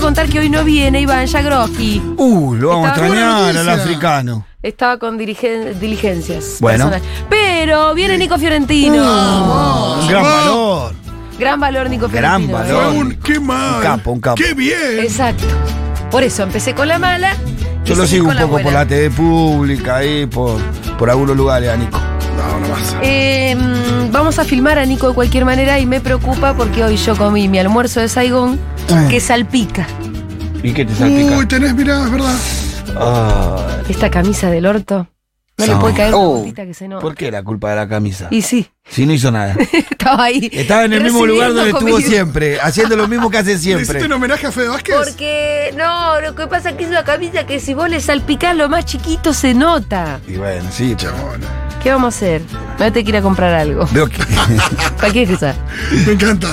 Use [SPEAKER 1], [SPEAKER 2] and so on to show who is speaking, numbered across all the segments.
[SPEAKER 1] contar que hoy no viene Iván Yagroski.
[SPEAKER 2] Uh, lo vamos a
[SPEAKER 1] Estaba
[SPEAKER 2] extrañar al
[SPEAKER 3] buenísimo.
[SPEAKER 2] africano.
[SPEAKER 1] Estaba con dirigen- diligencias.
[SPEAKER 2] Bueno.
[SPEAKER 1] personales. Pero viene Nico Fiorentino.
[SPEAKER 2] Un gran valor.
[SPEAKER 1] Gran valor, Nico
[SPEAKER 2] Uh, Gran
[SPEAKER 1] Fiorentino.
[SPEAKER 2] valor.
[SPEAKER 3] Fue
[SPEAKER 1] ¿eh?
[SPEAKER 3] un, qué mal.
[SPEAKER 2] Un capo, un capo.
[SPEAKER 3] Qué bien.
[SPEAKER 1] Exacto. Por eso empecé con la mala. y
[SPEAKER 2] Yo lo
[SPEAKER 1] seguí
[SPEAKER 2] sigo
[SPEAKER 1] con
[SPEAKER 2] un poco por
[SPEAKER 1] buena.
[SPEAKER 2] la TV pública y por, por algunos lugares, a Nico.
[SPEAKER 3] No, no pasa.
[SPEAKER 1] Eh, mm, vamos a filmar a Nico de cualquier manera y me preocupa porque hoy yo comí mi almuerzo de Saigón
[SPEAKER 2] Eh.
[SPEAKER 1] que salpica.
[SPEAKER 2] ¿Y qué te Ah,
[SPEAKER 3] Uy, tenés, mirá, es verdad.
[SPEAKER 1] Esta camisa del orto. No, le puede caer una
[SPEAKER 2] Oh,
[SPEAKER 1] gotita que se no.
[SPEAKER 2] ¿Por qué la culpa de la camisa?
[SPEAKER 1] Y sí,
[SPEAKER 2] Si no hizo nada.
[SPEAKER 1] estaba ahí.
[SPEAKER 2] Estaba en el mismo
[SPEAKER 1] recibiendo
[SPEAKER 2] lugar donde estuvo
[SPEAKER 1] comida.
[SPEAKER 2] siempre, haciendo lo mismo que hace
[SPEAKER 3] ¿Le hiciste
[SPEAKER 2] siempre.
[SPEAKER 3] un homenaje a Fede Vázquez?
[SPEAKER 1] Porque, no, lo que pasa es que es una camisa que si vos le salpicás lo más chiquito se nota.
[SPEAKER 2] Y bueno, sí, pero
[SPEAKER 3] Chabona.
[SPEAKER 1] ¿Qué vamos a hacer? Me voy a ir a comprar algo.
[SPEAKER 2] veo que
[SPEAKER 1] Cualquier cosa.
[SPEAKER 3] Me encanta.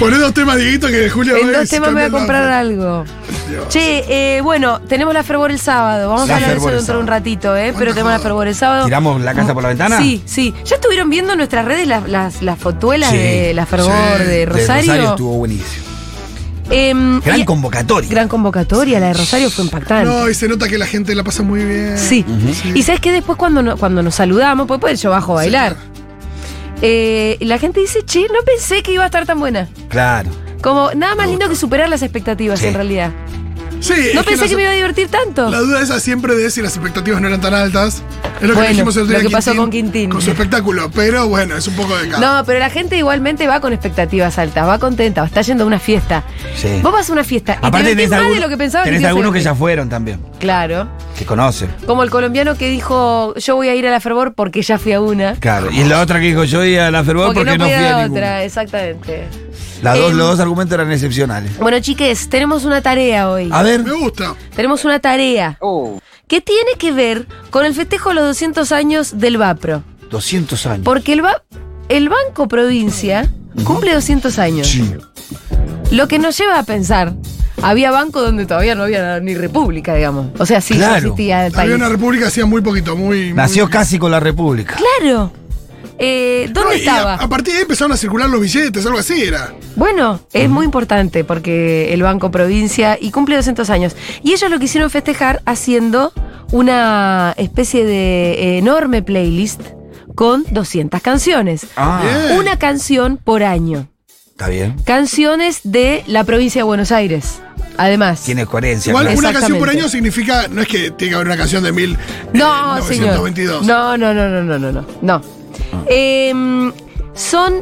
[SPEAKER 3] Poné dos temas, Dieguito, que Julia
[SPEAKER 1] En
[SPEAKER 3] va
[SPEAKER 1] dos
[SPEAKER 3] y
[SPEAKER 1] temas me voy a
[SPEAKER 3] cambia el
[SPEAKER 1] comprar
[SPEAKER 3] nombre.
[SPEAKER 1] algo.
[SPEAKER 3] Dios.
[SPEAKER 1] Che, eh, bueno, tenemos la fervor el sábado. Vamos
[SPEAKER 2] La
[SPEAKER 1] a hablar de eso
[SPEAKER 2] Fervor el
[SPEAKER 1] dentro de un
[SPEAKER 2] sábado.
[SPEAKER 1] ratito, ¿eh? Pero
[SPEAKER 3] Buena
[SPEAKER 1] tenemos la
[SPEAKER 3] joda.
[SPEAKER 1] fervor el sábado.
[SPEAKER 2] tiramos la casa por la ventana.
[SPEAKER 1] Sí, sí. ¿Ya estuvieron viendo en nuestras redes las, las, las fotuelas
[SPEAKER 2] Sí,
[SPEAKER 1] de la fervor
[SPEAKER 3] sí,
[SPEAKER 1] de
[SPEAKER 2] De Rosario.
[SPEAKER 1] Rosario?
[SPEAKER 2] estuvo buenísimo.
[SPEAKER 1] Em,
[SPEAKER 2] Gran
[SPEAKER 1] y-
[SPEAKER 2] convocatoria.
[SPEAKER 1] gran convocatoria, la de Rosario fue impactante.
[SPEAKER 3] No, y se nota que la gente la pasa muy bien.
[SPEAKER 1] Sí. Y sabes que después cuando, no- cuando nos saludamos, pues, pues yo bajo a bailar. Eh, y la gente dice, che, no pensé que iba a estar tan buena.
[SPEAKER 2] Claro.
[SPEAKER 1] Como nada más lindo que superar las expectativas
[SPEAKER 2] Sí.
[SPEAKER 1] en realidad.
[SPEAKER 3] Sí, es
[SPEAKER 1] No pensé
[SPEAKER 3] las-
[SPEAKER 1] que me iba a divertir tanto.
[SPEAKER 3] La duda esa siempre de si las expectativas no eran tan altas. Es lo
[SPEAKER 1] Bueno,
[SPEAKER 3] que dijimos el día
[SPEAKER 1] lo
[SPEAKER 3] de
[SPEAKER 1] que pasó con Quintín.
[SPEAKER 3] Con su espectáculo, pero bueno, es un poco de cada.
[SPEAKER 1] No, pero la gente igualmente va con expectativas altas, va contenta, está yendo a una fiesta.
[SPEAKER 2] Sí.
[SPEAKER 1] Vos vas a una fiesta y
[SPEAKER 2] Aparte
[SPEAKER 1] te divertís
[SPEAKER 2] tenés,
[SPEAKER 1] más
[SPEAKER 2] algún-
[SPEAKER 1] de lo que pensabas
[SPEAKER 2] tenés
[SPEAKER 1] te
[SPEAKER 2] algunos que
[SPEAKER 1] ibas a
[SPEAKER 2] ya fueron también,
[SPEAKER 1] divertir. Claro.
[SPEAKER 2] que conocen.
[SPEAKER 1] Como el colombiano que dijo, yo voy a ir a la fervor porque ya fui a una.
[SPEAKER 2] Claro. Y la otra que dijo yo y a la fervor
[SPEAKER 1] porque, no,
[SPEAKER 2] fui
[SPEAKER 1] podía
[SPEAKER 2] a
[SPEAKER 1] la
[SPEAKER 2] ninguna.
[SPEAKER 1] otra, exactamente.
[SPEAKER 2] Las dos,
[SPEAKER 1] Em,
[SPEAKER 2] los dos argumentos eran excepcionales.
[SPEAKER 1] Bueno, chiques, tenemos una tarea hoy.
[SPEAKER 2] A ver,
[SPEAKER 3] Me gusta.
[SPEAKER 1] Tenemos una tarea que tiene que ver con el festejo de los 200 años del Vapro.
[SPEAKER 2] 200 años.
[SPEAKER 1] Porque el, ba- el Banco Provincia cumple 200 años.
[SPEAKER 2] Sí.
[SPEAKER 1] Lo que nos lleva a pensar, había banco donde todavía no había ni república, digamos. O sea, sí,
[SPEAKER 2] Claro.
[SPEAKER 1] ya existía el país.
[SPEAKER 3] Había una república hacía muy poquito, muy.
[SPEAKER 2] Nació
[SPEAKER 3] muy-
[SPEAKER 2] casi con la República.
[SPEAKER 1] Claro. Eh, ¿Dónde
[SPEAKER 3] No, y
[SPEAKER 1] estaba?
[SPEAKER 3] A, a partir de ahí empezaron a circular los billetes, algo así era.
[SPEAKER 1] Bueno, es muy importante porque el Banco Provincia y cumple 200 años. Y ellos lo quisieron festejar haciendo una especie de enorme playlist con 200 canciones.
[SPEAKER 2] Ah,
[SPEAKER 3] Bien.
[SPEAKER 1] Una canción por año.
[SPEAKER 2] está bien.
[SPEAKER 1] Canciones de la provincia de Buenos Aires. Además.
[SPEAKER 2] Tiene coherencia.
[SPEAKER 3] Igual
[SPEAKER 2] claro.
[SPEAKER 3] una canción por
[SPEAKER 1] Exactamente.
[SPEAKER 3] año significa. No es que tiene que haber una canción de mil.
[SPEAKER 1] No,
[SPEAKER 3] eh,
[SPEAKER 1] señor.
[SPEAKER 3] 922.
[SPEAKER 1] No, no, no, no, no, no, no. no.
[SPEAKER 2] Ah.
[SPEAKER 1] Em, son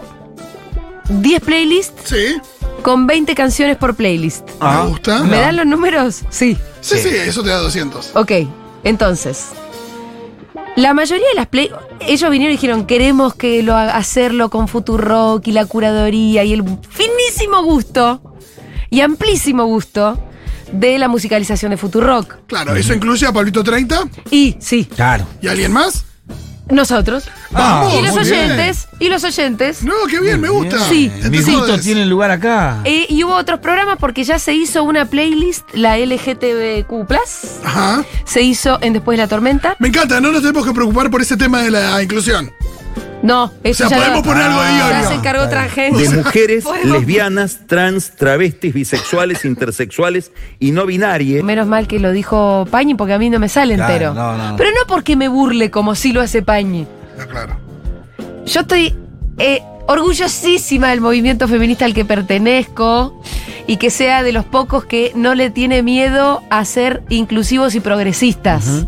[SPEAKER 1] 10 playlists
[SPEAKER 3] Sí.
[SPEAKER 1] con 20 canciones por playlist.
[SPEAKER 2] Ah,
[SPEAKER 3] Me gusta.
[SPEAKER 1] ¿Me dan los números? Sí.
[SPEAKER 3] Sí, sí, eso te da 200.
[SPEAKER 1] Ok, entonces. La mayoría de las play. Ellos vinieron y dijeron: queremos que lo ha- hacerlo con Futurock y la curadoría y el finísimo gusto y amplísimo gusto de la musicalización de Futurock.
[SPEAKER 3] Claro, eso incluye a Pablito 30
[SPEAKER 1] Y sí,
[SPEAKER 2] Claro.
[SPEAKER 3] y a alguien más.
[SPEAKER 1] nosotros.
[SPEAKER 2] Ah,
[SPEAKER 1] y los
[SPEAKER 3] muy bien.
[SPEAKER 1] oyentes. Y los oyentes.
[SPEAKER 3] No, qué bien, me gusta.
[SPEAKER 1] Sí.
[SPEAKER 2] Eh, Mis
[SPEAKER 3] Entonces,
[SPEAKER 2] gustos tienen lugar acá.
[SPEAKER 1] Eh, y hubo otros programas porque ya se hizo una playlist, la LGTBQ,
[SPEAKER 3] Ajá.
[SPEAKER 1] se hizo en Después de la Tormenta.
[SPEAKER 3] Me encanta, no nos tenemos que preocupar por ese tema de la inclusión.
[SPEAKER 1] No, eso
[SPEAKER 3] sea,
[SPEAKER 1] ya
[SPEAKER 3] podemos
[SPEAKER 1] lo-
[SPEAKER 3] poner algo de
[SPEAKER 1] ya
[SPEAKER 3] Iorio.
[SPEAKER 1] se encargó otra gente.
[SPEAKER 4] de mujeres,
[SPEAKER 1] Podemos-
[SPEAKER 4] lesbianas, trans, travestis, bisexuales, intersexuales y no binarias.
[SPEAKER 1] Menos mal que lo dijo Pañi porque a mí no me sale
[SPEAKER 2] Eh, Claro,
[SPEAKER 1] entero.
[SPEAKER 2] no, no.
[SPEAKER 1] Pero no porque me burle como si lo hace Pañi.
[SPEAKER 3] Ah, claro.
[SPEAKER 1] Yo estoy eh, orgullosísima del movimiento feminista al que pertenezco y que sea de los pocos que no le tiene miedo a ser inclusivos y progresistas.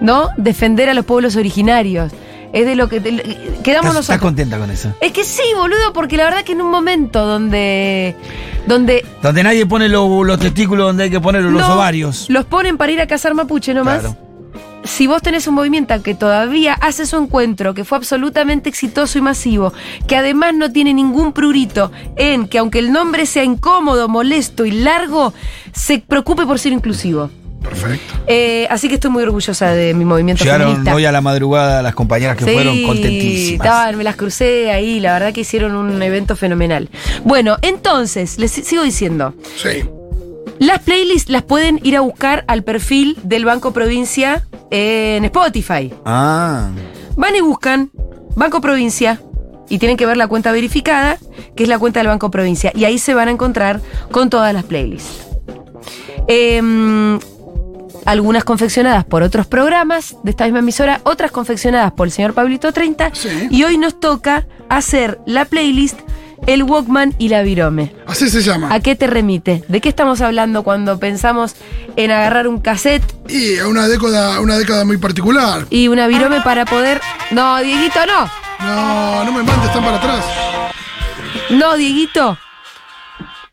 [SPEAKER 1] ¿No? Defender a los pueblos originarios. Es de lo que de lo- quedamos
[SPEAKER 2] ¿Estás, estás
[SPEAKER 1] nosotros.
[SPEAKER 2] contenta con eso?
[SPEAKER 1] Es que sí, boludo, porque la verdad que en un momento donde donde
[SPEAKER 2] Donde nadie pone lo- los testículos donde hay que poner los
[SPEAKER 1] No,
[SPEAKER 2] ovarios.
[SPEAKER 1] Los ponen para ir a cazar mapuche nomás.
[SPEAKER 2] Claro.
[SPEAKER 1] Si vos tenés un movimiento al que todavía hace su encuentro, que fue absolutamente exitoso y masivo, que además no tiene ningún prurito en que aunque el nombre sea incómodo, molesto y largo, se preocupe por ser inclusivo.
[SPEAKER 3] Perfecto.
[SPEAKER 1] Eh, así que estoy muy orgullosa de mi movimiento
[SPEAKER 2] Llegaron
[SPEAKER 1] feminista.
[SPEAKER 2] hoy a la madrugada las compañeras que
[SPEAKER 1] Sí,
[SPEAKER 2] fueron contentísimas.
[SPEAKER 1] estaban, me las crucé ahí, la verdad que hicieron un evento fenomenal. Bueno, entonces, les si- sigo diciendo.
[SPEAKER 3] Sí.
[SPEAKER 1] Las playlists las pueden ir a buscar al perfil del Banco Provincia en Spotify.
[SPEAKER 2] Ah,
[SPEAKER 1] Van y buscan Banco Provincia y tienen que ver la cuenta verificada, que es la cuenta del Banco Provincia. Y ahí se van a encontrar con todas las playlists. Em, algunas confeccionadas por otros programas de esta misma emisora, otras confeccionadas por el señor Pablito 30.
[SPEAKER 3] Sí.
[SPEAKER 1] Y hoy nos toca hacer la playlist El Walkman y la Virome.
[SPEAKER 3] Así se llama.
[SPEAKER 1] ¿A qué te remite? ¿De qué estamos hablando cuando pensamos en agarrar un cassette
[SPEAKER 3] Y es una década, una década muy particular.
[SPEAKER 1] y una Virome para poder... No, Dieguito, no.
[SPEAKER 3] No, no me mandes, están para atrás.
[SPEAKER 1] No, Dieguito.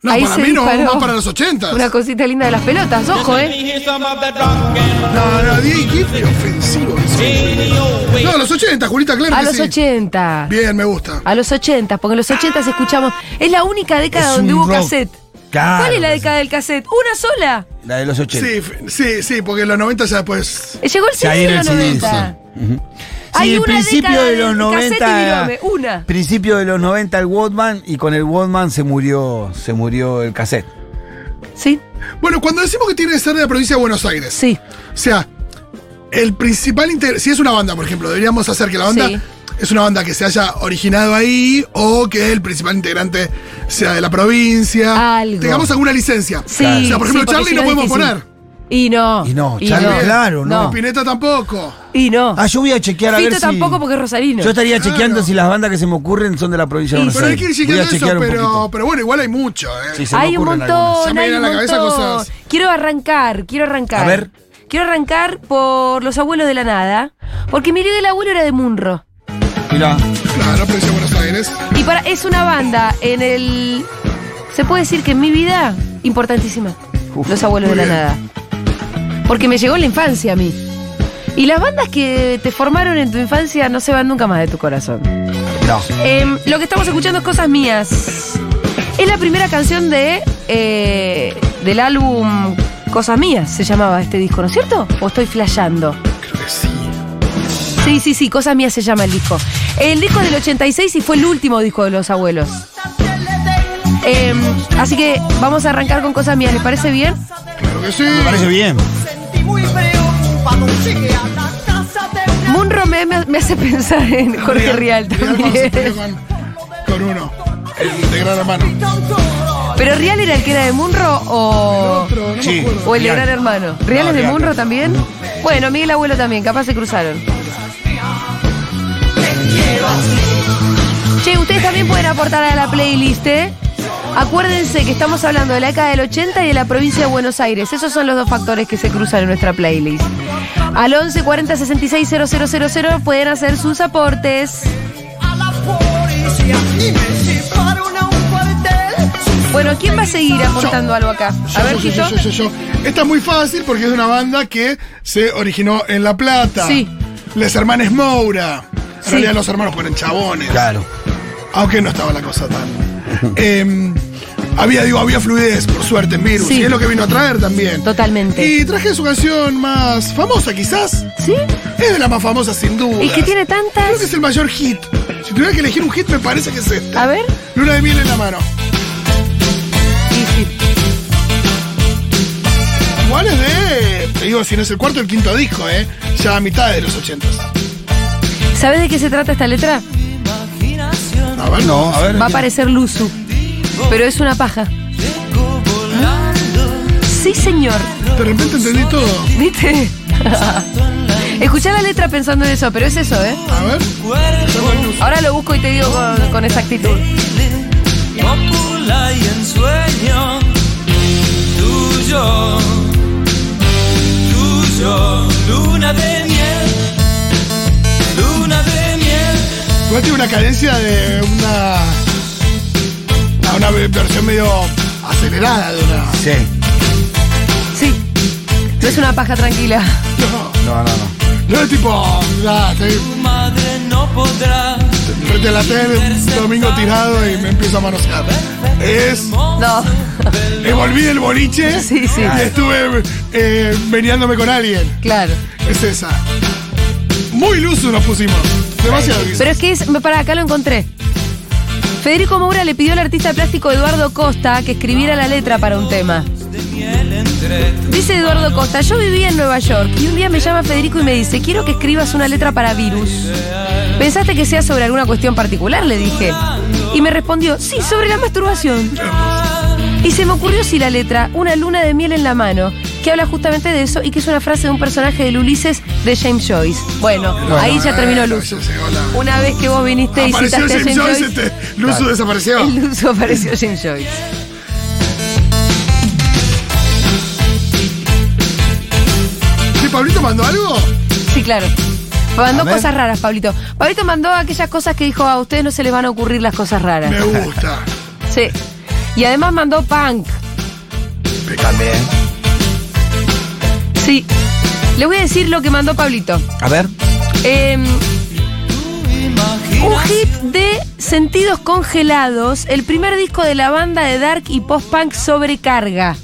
[SPEAKER 3] No,
[SPEAKER 1] Ahí
[SPEAKER 3] para
[SPEAKER 1] se
[SPEAKER 3] mí no,
[SPEAKER 1] disparó.
[SPEAKER 3] más para los ochentas.
[SPEAKER 1] Una cosita linda de las pelotas, ojo, ¿eh?
[SPEAKER 3] No, no, Diego, qué fue ofensivo eso. No, a los ochentas, Julita, claro
[SPEAKER 1] A
[SPEAKER 3] que
[SPEAKER 1] los
[SPEAKER 3] sí.
[SPEAKER 1] 80.
[SPEAKER 3] Bien, me gusta.
[SPEAKER 1] A los 80, porque en los 80 escuchamos. Es la única década
[SPEAKER 2] Es
[SPEAKER 1] donde
[SPEAKER 2] un
[SPEAKER 1] hubo
[SPEAKER 2] rock.
[SPEAKER 1] cassette.
[SPEAKER 2] Claro.
[SPEAKER 1] ¿Cuál es la década del cassette? ¿Una sola?
[SPEAKER 2] La de los 80.
[SPEAKER 3] Sí, f- sí, sí, porque en los 90 ya después.
[SPEAKER 1] Llegó el
[SPEAKER 2] Sí, ahí
[SPEAKER 1] CD en
[SPEAKER 2] era
[SPEAKER 1] los
[SPEAKER 2] el CD,
[SPEAKER 1] 90. Hay
[SPEAKER 2] el
[SPEAKER 1] una
[SPEAKER 2] principio
[SPEAKER 1] década
[SPEAKER 2] de
[SPEAKER 1] del
[SPEAKER 2] los
[SPEAKER 1] cassette y
[SPEAKER 2] 90.
[SPEAKER 1] virome, una.
[SPEAKER 2] Principio de los 90 el Walkman y con el Walkman se murió, se murió el cassette.
[SPEAKER 1] Sí,
[SPEAKER 3] Bueno, cuando decimos que tiene que ser de la provincia de Buenos Aires.
[SPEAKER 1] sí.
[SPEAKER 3] O sea, el principal inter- Si es una banda, por ejemplo, deberíamos hacer que la banda.
[SPEAKER 1] Sí.
[SPEAKER 3] Es una banda que se haya originado ahí o que el principal integrante sea de la provincia.
[SPEAKER 1] Algo.
[SPEAKER 3] Tengamos alguna licencia.
[SPEAKER 1] Sí,
[SPEAKER 3] O sea, por
[SPEAKER 1] sí,
[SPEAKER 3] ejemplo,
[SPEAKER 1] porque
[SPEAKER 3] Charlie
[SPEAKER 1] si
[SPEAKER 3] no
[SPEAKER 1] no es
[SPEAKER 3] podemos
[SPEAKER 1] difícil.
[SPEAKER 3] poner.
[SPEAKER 1] Y no.
[SPEAKER 2] Y no, Charlie, claro, no.
[SPEAKER 3] Pineta tampoco.
[SPEAKER 1] Y no.
[SPEAKER 2] Ah, yo voy a chequear a ver
[SPEAKER 1] Fito
[SPEAKER 2] si...
[SPEAKER 1] tampoco porque es rosarino.
[SPEAKER 2] Yo estaría
[SPEAKER 3] Claro.
[SPEAKER 2] chequeando si las bandas que se me ocurren son de la provincia de
[SPEAKER 1] Sí,
[SPEAKER 2] Buenos
[SPEAKER 3] Pero hay
[SPEAKER 2] Aires.
[SPEAKER 3] que ir
[SPEAKER 2] Voy
[SPEAKER 3] chequeando
[SPEAKER 2] a
[SPEAKER 3] eso,
[SPEAKER 2] chequear un
[SPEAKER 3] pero,
[SPEAKER 2] poquito.
[SPEAKER 3] pero bueno, igual hay mucho. ¿eh?
[SPEAKER 2] Sí, se me
[SPEAKER 1] Hay un
[SPEAKER 2] ocurren
[SPEAKER 1] montón,
[SPEAKER 2] algunas.
[SPEAKER 3] Se me
[SPEAKER 1] hay
[SPEAKER 3] vienen
[SPEAKER 1] un
[SPEAKER 3] a la cabeza
[SPEAKER 1] montón.
[SPEAKER 3] cosas.
[SPEAKER 1] Quiero arrancar, quiero arrancar.
[SPEAKER 2] A ver.
[SPEAKER 1] Quiero arrancar por los abuelos de la nada, porque mi del abuelo era de Munro.
[SPEAKER 2] Mirá.
[SPEAKER 3] Claro, provincia de Buenos Aires.
[SPEAKER 1] Y para es una banda en el se puede decir que en mi vida importantísima.
[SPEAKER 2] Uf,
[SPEAKER 1] los abuelos de
[SPEAKER 3] muy
[SPEAKER 1] la
[SPEAKER 3] bien.
[SPEAKER 1] nada. Porque me llegó en la infancia a mí. Y las bandas que te formaron en tu infancia no se van nunca más de tu corazón.
[SPEAKER 2] No.
[SPEAKER 1] Em, lo que estamos escuchando es cosas mías. Es la primera canción de eh, del álbum Cosas mías se llamaba este disco, ¿no es cierto? ¿O estoy flasheando?
[SPEAKER 3] Creo que sí.
[SPEAKER 1] Sí, sí, sí, Cosas mías se llama el disco. El disco es del 86 y fue el último disco de los abuelos. Em, así que vamos a arrancar con Cosas mías, ¿les parece bien?
[SPEAKER 3] Claro que sí.
[SPEAKER 2] Me parece bien.
[SPEAKER 5] Sentí muy preocupado, llegué a la casa de un
[SPEAKER 1] Munro me, me- me hace pensar en Jorge Rial
[SPEAKER 3] cuando se peleó
[SPEAKER 1] también.
[SPEAKER 3] con, con uno. El de gran hermano.
[SPEAKER 5] tonto
[SPEAKER 1] ¿Pero Rial era el que era de Munro o,
[SPEAKER 3] Otro, no
[SPEAKER 2] Sí.
[SPEAKER 3] me acuerdo.
[SPEAKER 1] o el de
[SPEAKER 2] Rial.
[SPEAKER 1] Gran Hermano? ¿Rial
[SPEAKER 2] No,
[SPEAKER 1] es de
[SPEAKER 2] Rial,
[SPEAKER 1] Munro
[SPEAKER 2] Rial.
[SPEAKER 1] también? Bueno, Miguel Abuelo también, capaz se cruzaron. Che, ustedes también pueden aportar a la playlist, ¿eh? Acuérdense que estamos hablando de la década del 80 y de la provincia de Buenos Aires. Esos son los dos factores que se cruzan en nuestra playlist. Al 11 40 66 000 pueden hacer sus aportes.
[SPEAKER 5] a la policía y me llevaron a un cuartel.
[SPEAKER 1] Bueno, ¿quién va a seguir aportando algo acá? A
[SPEAKER 3] Yo,
[SPEAKER 1] ver,
[SPEAKER 3] yo, yo,
[SPEAKER 1] Tito.
[SPEAKER 3] yo, yo, yo. Esta es muy fácil porque es de una banda que se originó en La Plata.
[SPEAKER 1] Sí.
[SPEAKER 3] Les hermanes Moura. En
[SPEAKER 1] Sí.
[SPEAKER 3] realidad los hermanos eran chabones.
[SPEAKER 2] Claro.
[SPEAKER 3] Aunque no estaba la cosa tan. Em, había, digo, había fluidez, por suerte, en virus.
[SPEAKER 1] Sí.
[SPEAKER 3] Y es lo que vino a traer también.
[SPEAKER 1] Totalmente.
[SPEAKER 3] Y traje su canción más famosa, quizás.
[SPEAKER 1] ¿Sí?
[SPEAKER 3] Es de las más famosas, sin duda.
[SPEAKER 1] ¿Y que tiene tantas?
[SPEAKER 3] Creo que es el mayor hit. Si tuviera que elegir un hit, me parece que es este.
[SPEAKER 1] A ver.
[SPEAKER 3] Luna de miel en la mano.
[SPEAKER 1] Sí, sí.
[SPEAKER 3] Igual es de. Te digo, si no es el cuarto, el quinto disco, ¿eh? Ya a mitad de los ochentas.
[SPEAKER 1] ¿Sabes de qué se trata esta letra?
[SPEAKER 3] A ver,
[SPEAKER 2] No, a ver.
[SPEAKER 1] Va a aparecer Luzu. Pero es una paja. Sí, señor.
[SPEAKER 3] De repente entendí todo.
[SPEAKER 1] ¿Viste? Escuchá la letra pensando en eso, pero es eso, ¿eh?
[SPEAKER 3] A ver.
[SPEAKER 1] Ahora lo busco y te digo con, con exactitud.
[SPEAKER 6] Cópula y ensueño tuyo, tuyo, luna de miel, luna de miel.
[SPEAKER 3] Igual tiene una cadencia de una. a Una versión medio acelerada de una.
[SPEAKER 2] Sí.
[SPEAKER 1] Sí. No es una paja tranquila.
[SPEAKER 3] No,
[SPEAKER 2] No, no, no.
[SPEAKER 3] no es tipo. Ya, estoy
[SPEAKER 6] Tu madre no podrá
[SPEAKER 3] frente a la tele un domingo tirado y me empiezo a manosear. Es.
[SPEAKER 1] No.
[SPEAKER 3] eh, volví del boliche.
[SPEAKER 1] Sí, sí.
[SPEAKER 3] Y estuve eh, meneándome con alguien.
[SPEAKER 1] Claro.
[SPEAKER 3] Es esa. Muy luso nos pusimos. Demasiado guiso.
[SPEAKER 1] Pero es que es, para acá lo encontré. Federico Moura le pidió al artista plástico Eduardo Costa que escribiera la letra para un tema. Dice Eduardo Costa, yo vivía en Nueva York y un día me llama Federico y me dice, quiero que escribas una letra para virus. ¿Pensaste que sea sobre alguna cuestión particular? Le dije. Y me respondió, sí, sobre la masturbación. Y se me ocurrió si la letra, una luna de miel en la mano, que habla justamente de eso y que es una frase de un personaje del Ulises de James Joyce. Bueno, ahí ya terminó
[SPEAKER 3] el
[SPEAKER 1] Luzu. Una vez que vos viniste y
[SPEAKER 3] Apareció
[SPEAKER 1] citaste a
[SPEAKER 3] James
[SPEAKER 1] James
[SPEAKER 3] Joyce,
[SPEAKER 1] Joyce,
[SPEAKER 3] este, Luzu desapareció.
[SPEAKER 1] el Luzu apareció James Joyce.
[SPEAKER 3] ¿Sí, Pablito mandó algo?
[SPEAKER 1] Sí, claro. Mandó
[SPEAKER 2] A ver.
[SPEAKER 1] cosas raras, Pablito. Pablito mandó aquellas cosas que dijo, a ustedes no se les van a ocurrir las cosas raras.
[SPEAKER 3] Me gusta.
[SPEAKER 1] Sí. Y además mandó punk.
[SPEAKER 2] También.
[SPEAKER 1] Sí. Le voy a decir lo que mandó Pablito.
[SPEAKER 2] A ver.
[SPEAKER 1] Eh, un hit de Sentidos Congelados, el primer disco de la banda de dark y post-punk Sobrecarga.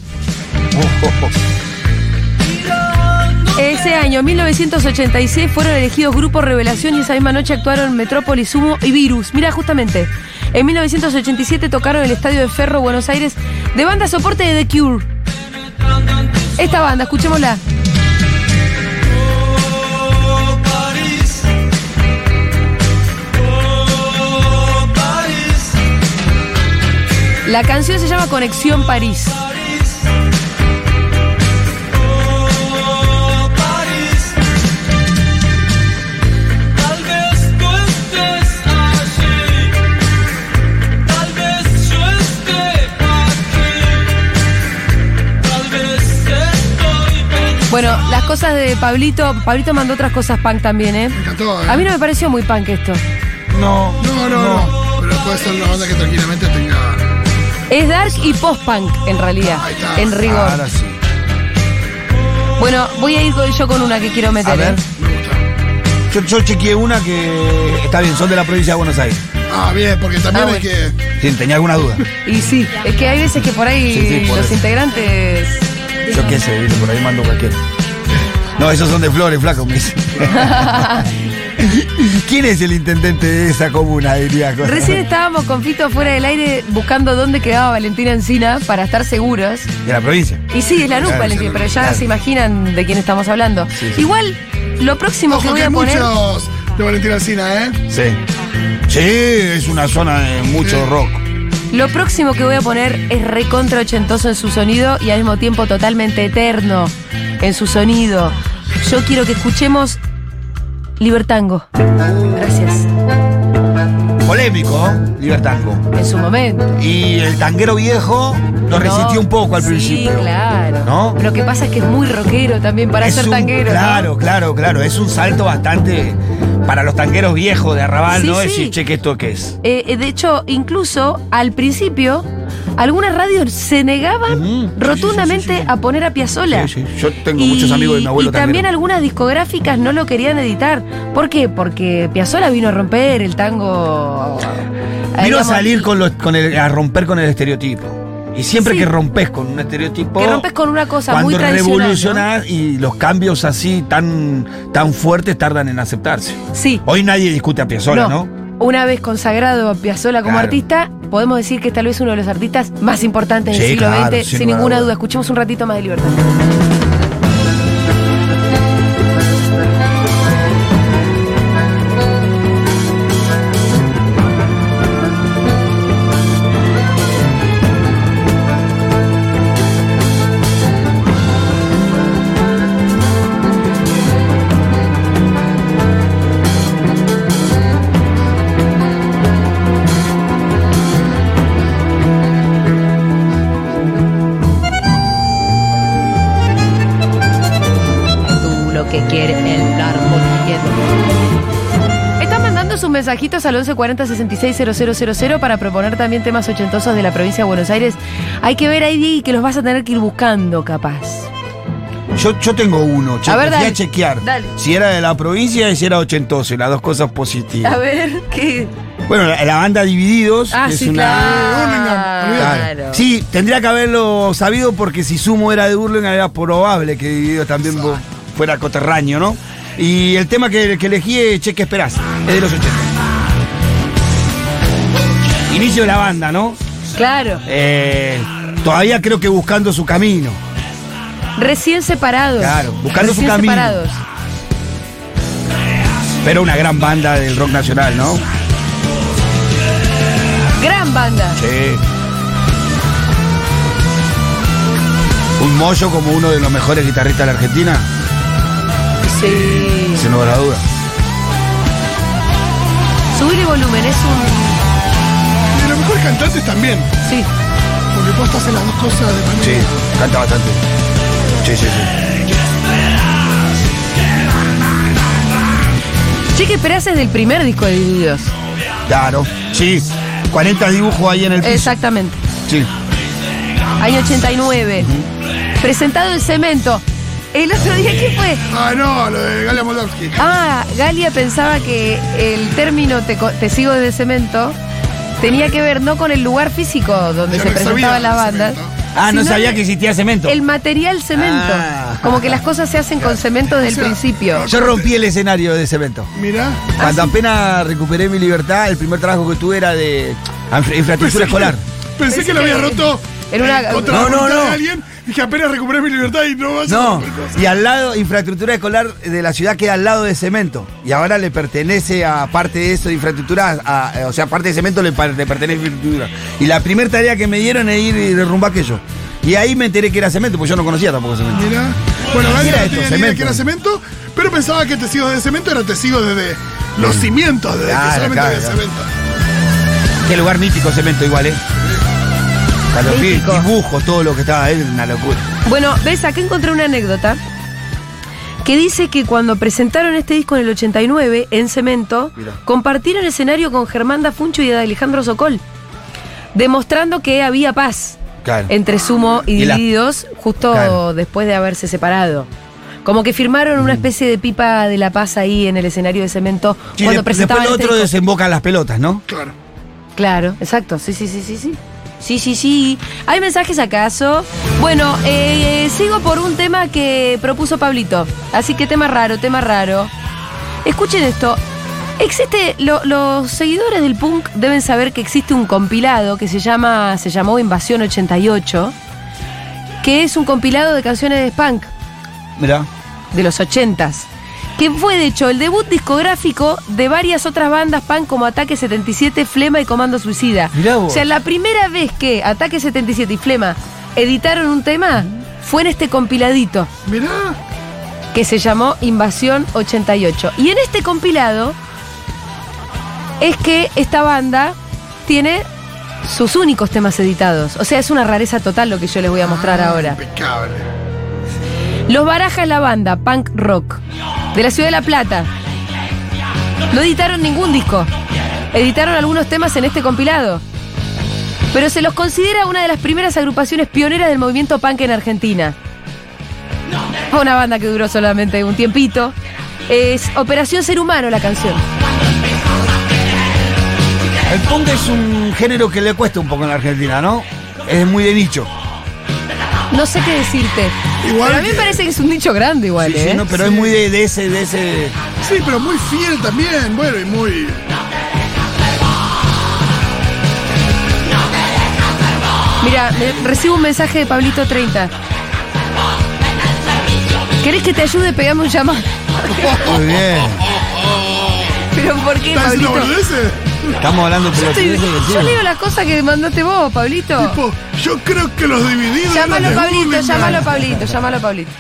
[SPEAKER 1] Ese año, 1986, fueron elegidos Grupo Revelación y esa misma noche actuaron Metrópolis, Sumo y Virus. Mira, justamente. En 1987 tocaron el Estadio de Ferro, Buenos Aires, de banda soporte de The Cure. Esta banda, escuchémosla.
[SPEAKER 6] Oh, París. Oh, París.
[SPEAKER 1] La canción se llama Conexión París.
[SPEAKER 6] Oh, París. Tal vez tú estés allí. Tal vez yo esté aquí. Tal vez estoy pensando.
[SPEAKER 1] Bueno, las cosas de Pablito. Pablito mandó otras cosas punk también, ¿eh?
[SPEAKER 3] Me encantó. ¿eh?
[SPEAKER 1] A mí no me pareció muy punk esto.
[SPEAKER 2] No.
[SPEAKER 3] No, no, no. Pero puede ser una banda que tranquilamente tenga.
[SPEAKER 1] Es dark y post-punk, en realidad.
[SPEAKER 3] Ahí está.
[SPEAKER 1] En rigor.
[SPEAKER 2] Ahora sí.
[SPEAKER 1] Bueno, voy a ir con- yo con una que quiero meter,
[SPEAKER 2] A ver.
[SPEAKER 1] ¿eh?
[SPEAKER 3] Me gusta.
[SPEAKER 2] Yo, yo chequeé una que está bien, son de la provincia de Buenos Aires.
[SPEAKER 3] Ah, bien, porque también
[SPEAKER 1] Ah,
[SPEAKER 3] hay que.
[SPEAKER 2] Sí, tenía alguna duda.
[SPEAKER 1] Y sí, es que hay veces que por ahí
[SPEAKER 2] Sí, sí, por
[SPEAKER 1] los
[SPEAKER 2] eso.
[SPEAKER 1] integrantes.
[SPEAKER 2] Yo qué sé, viste, por ahí mando cualquiera. No, esos son de flores, flaco, me dice. ¿Quién es el intendente de esa comuna, diría?
[SPEAKER 1] Recién estábamos con Fito fuera del aire buscando dónde quedaba Valentina Encina para estar seguros.
[SPEAKER 2] De la provincia.
[SPEAKER 1] Y sí, es la nuca,
[SPEAKER 2] Claro,
[SPEAKER 1] Valentín,
[SPEAKER 2] sí,
[SPEAKER 1] pero ya
[SPEAKER 2] claro.
[SPEAKER 1] se imaginan de quién estamos hablando.
[SPEAKER 2] Sí, sí.
[SPEAKER 1] Igual, lo próximo que
[SPEAKER 3] Ojo
[SPEAKER 1] voy
[SPEAKER 3] que
[SPEAKER 1] a
[SPEAKER 3] hay
[SPEAKER 1] poner.
[SPEAKER 3] muchos de Valentina Alcina, ¿eh?
[SPEAKER 2] Sí. Sí, es una zona de mucho rock.
[SPEAKER 1] Lo próximo que voy a poner es recontra ochentoso en su sonido y al mismo tiempo totalmente eterno en su sonido. Yo quiero que escuchemos Libertango. Gracias.
[SPEAKER 2] Polémico, ¿eh? Libertango.
[SPEAKER 1] En su momento.
[SPEAKER 2] Y el tanguero viejo lo resistió
[SPEAKER 1] No,
[SPEAKER 2] un poco al
[SPEAKER 1] sí,
[SPEAKER 2] principio.
[SPEAKER 1] claro.
[SPEAKER 2] ¿No?
[SPEAKER 1] Lo que pasa es que es muy rockero también para
[SPEAKER 2] Es
[SPEAKER 1] ser
[SPEAKER 2] un-
[SPEAKER 1] tanguero. ¿no?
[SPEAKER 2] Claro, claro, claro. Es un salto bastante para los tangueros viejos de Arrabal,
[SPEAKER 1] Sí,
[SPEAKER 2] ¿no?
[SPEAKER 1] sí.
[SPEAKER 2] Decir, che, ¿qué esto qué es?
[SPEAKER 1] Eh, eh, de hecho, incluso al principio, algunas radios se negaban
[SPEAKER 2] Ujú. Sí,
[SPEAKER 1] rotundamente a poner a Piazzolla.
[SPEAKER 2] Sí, sí. Yo tengo muchos amigos de mi abuelo
[SPEAKER 1] Y también
[SPEAKER 2] tanguero.
[SPEAKER 1] algunas discográficas no lo querían editar. ¿Por qué? Porque Piazzolla vino a romper el tango. eh,
[SPEAKER 2] Vino a
[SPEAKER 1] digamos,
[SPEAKER 2] salir con los, con el, a romper con el estereotipo. Y siempre
[SPEAKER 1] Sí.
[SPEAKER 2] que rompes con un estereotipo.
[SPEAKER 1] Que rompes con una cosa
[SPEAKER 2] cuando
[SPEAKER 1] muy tradicional.
[SPEAKER 2] revolucionás y los cambios así tan, tan fuertes tardan en aceptarse.
[SPEAKER 1] ¿no? Sí.
[SPEAKER 2] Hoy nadie discute a Piazzolla, ¿no?
[SPEAKER 1] Una vez consagrado a Piazzolla como
[SPEAKER 2] Claro.
[SPEAKER 1] artista, podemos decir que es tal vez uno de los artistas más importantes del
[SPEAKER 2] Sí,
[SPEAKER 1] siglo
[SPEAKER 2] claro,
[SPEAKER 1] XX,
[SPEAKER 2] sin
[SPEAKER 1] sin,
[SPEAKER 2] lugar a
[SPEAKER 1] ninguna
[SPEAKER 2] dudas.
[SPEAKER 1] duda. Escuchemos un ratito más de Libertad. tú lo que quiere el árbol Están mandando sus mensajitos al 1140 000 para proponer también temas ochentosos de la provincia de Buenos Aires. Hay que ver ahí Diego, que los vas a tener que ir buscando, capaz.
[SPEAKER 2] Yo, yo tengo uno, che,
[SPEAKER 1] A ver,
[SPEAKER 2] fui
[SPEAKER 1] dale.
[SPEAKER 2] a chequear
[SPEAKER 1] Dale.
[SPEAKER 2] si era de la provincia y si era ochentoso, y las dos cosas positivas.
[SPEAKER 1] A ver, ¿qué?
[SPEAKER 2] Bueno, la, la banda Divididos
[SPEAKER 1] Ah,
[SPEAKER 2] es
[SPEAKER 1] sí,
[SPEAKER 2] una.
[SPEAKER 1] claro.
[SPEAKER 2] Claro.
[SPEAKER 1] Claro.
[SPEAKER 2] Sí, tendría que haberlo sabido porque si Sumo era de Burlingame era probable que Divididos también vo- fuera coterráneo, ¿no? Y el tema que, que elegí es Cheque Esperás, es de los 80. Inicio de la banda, ¿no?
[SPEAKER 1] Claro.
[SPEAKER 2] Eh, todavía creo que buscando su camino.
[SPEAKER 1] Recién separados.
[SPEAKER 2] Claro, buscando su
[SPEAKER 1] Recién
[SPEAKER 2] camino.
[SPEAKER 1] separados.
[SPEAKER 2] Pero una gran banda del rock nacional, ¿no?
[SPEAKER 1] Gran banda.
[SPEAKER 2] Sí. un mollo como uno de los mejores guitarristas de la Argentina,
[SPEAKER 1] Sí.
[SPEAKER 2] sin lugar a duda.
[SPEAKER 1] Subir el volumen es un.
[SPEAKER 3] Y de los mejores cantantes también,
[SPEAKER 1] Sí.
[SPEAKER 3] porque vos haces las dos cosas de manera.
[SPEAKER 2] Sí, canta bastante. Sí, sí, sí.
[SPEAKER 1] Che, que esperás es del primer disco de Divididos.
[SPEAKER 2] Claro. Sí, 40 dibujos ahí en el piso.
[SPEAKER 1] Exactamente.
[SPEAKER 2] Sí.
[SPEAKER 1] Año 89. Presentado el cemento. El otro día, ¿qué fue?
[SPEAKER 3] Ah, no, lo de Galia Moldavsky.
[SPEAKER 1] Ah, Galia pensaba que el término te, co- te sigo desde cemento tenía que ver no con el lugar físico donde
[SPEAKER 3] Yo
[SPEAKER 1] se
[SPEAKER 3] no sabía
[SPEAKER 1] presentaban las
[SPEAKER 3] del
[SPEAKER 1] bandas.
[SPEAKER 3] cemento.
[SPEAKER 2] Ah, no
[SPEAKER 1] sino
[SPEAKER 2] sabía
[SPEAKER 1] el-
[SPEAKER 2] que existía cemento.
[SPEAKER 1] El material cemento.
[SPEAKER 2] Ah.
[SPEAKER 1] Como que las cosas se hacen con cemento desde
[SPEAKER 3] O sea,
[SPEAKER 1] el principio.
[SPEAKER 2] Yo rompí el escenario de cemento.
[SPEAKER 3] Mirá.
[SPEAKER 2] Cuando apenas recuperé mi libertad, el primer trabajo que tuve era de infra-
[SPEAKER 3] Pues
[SPEAKER 2] infraestructura escolar.
[SPEAKER 3] Pensé,
[SPEAKER 1] Pensé
[SPEAKER 3] que lo había
[SPEAKER 1] que-
[SPEAKER 3] roto
[SPEAKER 1] en una-
[SPEAKER 3] eh, contra
[SPEAKER 2] No,
[SPEAKER 3] la
[SPEAKER 2] no,
[SPEAKER 3] voluntad
[SPEAKER 2] no.
[SPEAKER 3] de alguien. Dije, apenas recuperé mi libertad y no vas a
[SPEAKER 2] No,
[SPEAKER 3] romper cosas.
[SPEAKER 2] y al lado, infraestructura escolar de la ciudad queda al lado de cemento. Y ahora le pertenece a parte de eso, de infraestructura, a- a- o sea, parte de cemento le, par- le pertenece a infraestructura. Y la primera tarea que me dieron es ir y derrumbar aquello. Y ahí me enteré que era cemento, porque yo no conocía tampoco cemento.
[SPEAKER 3] Mirá. Bueno, Galia
[SPEAKER 2] Mira
[SPEAKER 3] no
[SPEAKER 2] esto,
[SPEAKER 3] tenía ni idea
[SPEAKER 2] cemento.
[SPEAKER 3] que era cemento, pero pensaba que testigo de cemento era testigo desde los cimientos, desde
[SPEAKER 2] Mm. Claro,
[SPEAKER 3] que solamente
[SPEAKER 2] claro,
[SPEAKER 3] había
[SPEAKER 2] claro.
[SPEAKER 3] cemento.
[SPEAKER 2] Qué lugar mítico cemento igual, ¿eh? Cuando fui,
[SPEAKER 1] Mítico.
[SPEAKER 2] dibujos, todo lo que estaba ahí, una locura.
[SPEAKER 1] Bueno, ves, acá encontré una anécdota que dice que cuando presentaron este disco en el 89 en Cemento, compartieron escenario con Germán Dafuncho y Alejandro Sokol, demostrando que había paz
[SPEAKER 2] Claro.
[SPEAKER 1] entre Sumo y,
[SPEAKER 2] Y la-
[SPEAKER 1] Divididos justo
[SPEAKER 2] Claro.
[SPEAKER 1] después de haberse separado. Como que firmaron una especie de pipa de la paz ahí en el escenario de Cemento
[SPEAKER 2] Mm. Sí,
[SPEAKER 1] cuando
[SPEAKER 2] de-
[SPEAKER 1] presentaban
[SPEAKER 2] después lo
[SPEAKER 1] este
[SPEAKER 2] otro
[SPEAKER 1] disco.
[SPEAKER 2] desembocan las pelotas, ¿no?
[SPEAKER 3] Claro.
[SPEAKER 1] Claro, exacto. Sí, sí, sí, sí, sí. Sí, sí, sí. ¿Hay mensajes acaso? Bueno, eh, sigo por un tema que propuso Pablito. Así que tema raro, tema raro. Escuchen esto. Existe, lo- los seguidores del punk deben saber que existe un compilado que se llama, se llamó Invasión 88, que es un compilado de canciones de punk
[SPEAKER 2] Mirá.
[SPEAKER 1] de los 80s, que fue de hecho el debut discográfico de varias otras bandas pan como Ataque 77, Flema y Comando Suicida.
[SPEAKER 2] Mirá vos.
[SPEAKER 1] O sea, la primera vez que Ataque 77 y Flema editaron un tema fue en este compiladito
[SPEAKER 3] Mirá.
[SPEAKER 1] que se llamó Invasión 88. Y en este compilado es que esta banda tiene sus únicos temas editados. O sea, es una rareza total lo que yo les voy a mostrar
[SPEAKER 2] Ah.
[SPEAKER 1] ahora.
[SPEAKER 3] Ah, Impecable.
[SPEAKER 1] Los Barajas la banda, punk rock, de la ciudad de La Plata. No editaron ningún disco. Editaron algunos temas en este compilado. Pero se los considera una de las primeras agrupaciones pioneras del movimiento punk en Argentina. Fue una banda que duró solamente un tiempito. Es Operación Ser Humano la canción.
[SPEAKER 2] El punk es un género que le cuesta un poco en la Argentina, ¿no? Es muy de nicho.
[SPEAKER 1] No sé qué decirte.
[SPEAKER 3] Igual
[SPEAKER 1] Pero a mí me
[SPEAKER 3] que-
[SPEAKER 1] parece que es un nicho grande igual,
[SPEAKER 2] Sí, sí,
[SPEAKER 1] ¿eh?
[SPEAKER 2] no, pero es muy de, de ese, de ese.
[SPEAKER 3] Sí, pero muy fiel también. Bueno, y muy.
[SPEAKER 1] Mira, me- recibo un mensaje de Pablito 30. ¿Querés que te ayude? Pegame un llamado.
[SPEAKER 2] Muy bien.
[SPEAKER 1] ¿Pero por qué,
[SPEAKER 3] ¿Estás diciendo
[SPEAKER 1] Pablito?
[SPEAKER 3] boludeces?
[SPEAKER 2] Estamos hablando de
[SPEAKER 1] Yo, estoy-
[SPEAKER 2] pelotudeces que
[SPEAKER 1] yo
[SPEAKER 2] sí.
[SPEAKER 1] leo la cosa que mandaste vos, Pablito.
[SPEAKER 3] Tipo, yo creo que los divididos.
[SPEAKER 1] Oh. Llámalo
[SPEAKER 3] eran de
[SPEAKER 1] Pablito,
[SPEAKER 3] Burlingame.
[SPEAKER 1] llámalo Pablito, llámalo Pablito.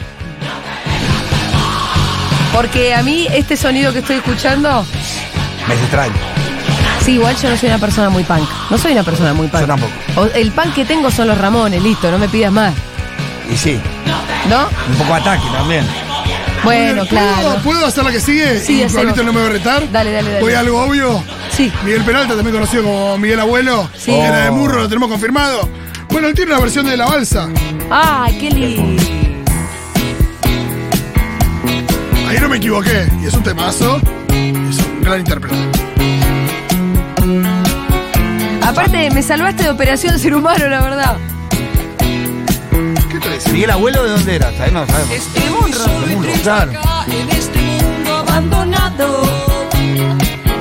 [SPEAKER 1] Porque a mí este sonido que estoy escuchando,
[SPEAKER 2] Me es extraño.
[SPEAKER 1] sí, igual yo no soy una persona muy punk. No soy una persona muy punk.
[SPEAKER 2] Yo tampoco.
[SPEAKER 1] O- el punk que tengo son los Ramones, listo, no me pidas más.
[SPEAKER 2] Y sí,
[SPEAKER 1] ¿No?
[SPEAKER 2] un poco ataque también.
[SPEAKER 1] Bueno, claro.
[SPEAKER 3] ¿Puedo, ¿Puedo hacer la que sigue?
[SPEAKER 1] Sí,
[SPEAKER 3] Y
[SPEAKER 1] hacelo.
[SPEAKER 3] Pablito no me va a retar.
[SPEAKER 1] Dale, dale, dale.
[SPEAKER 3] Voy a algo obvio.
[SPEAKER 1] Sí.
[SPEAKER 3] Miguel Peralta, también conocido como Miguel Abuelo.
[SPEAKER 1] Sí.
[SPEAKER 3] Era de
[SPEAKER 2] Oh.
[SPEAKER 3] Murro, lo tenemos confirmado. Bueno, él tiene una versión de La Balsa.
[SPEAKER 1] Ay, qué lindo.
[SPEAKER 3] Ahí no me equivoqué. Y es un temazo. Es un gran intérprete.
[SPEAKER 1] Aparte, me salvaste de Operación Ser Humano, la verdad.
[SPEAKER 3] ¿Qué te decía?
[SPEAKER 2] Miguel Abuelo, ¿de dónde era? Sabemos, no sabemos.
[SPEAKER 5] Este monstruo
[SPEAKER 2] Seguro,
[SPEAKER 5] triste
[SPEAKER 2] claro.
[SPEAKER 5] acá, en este mundo abandonado.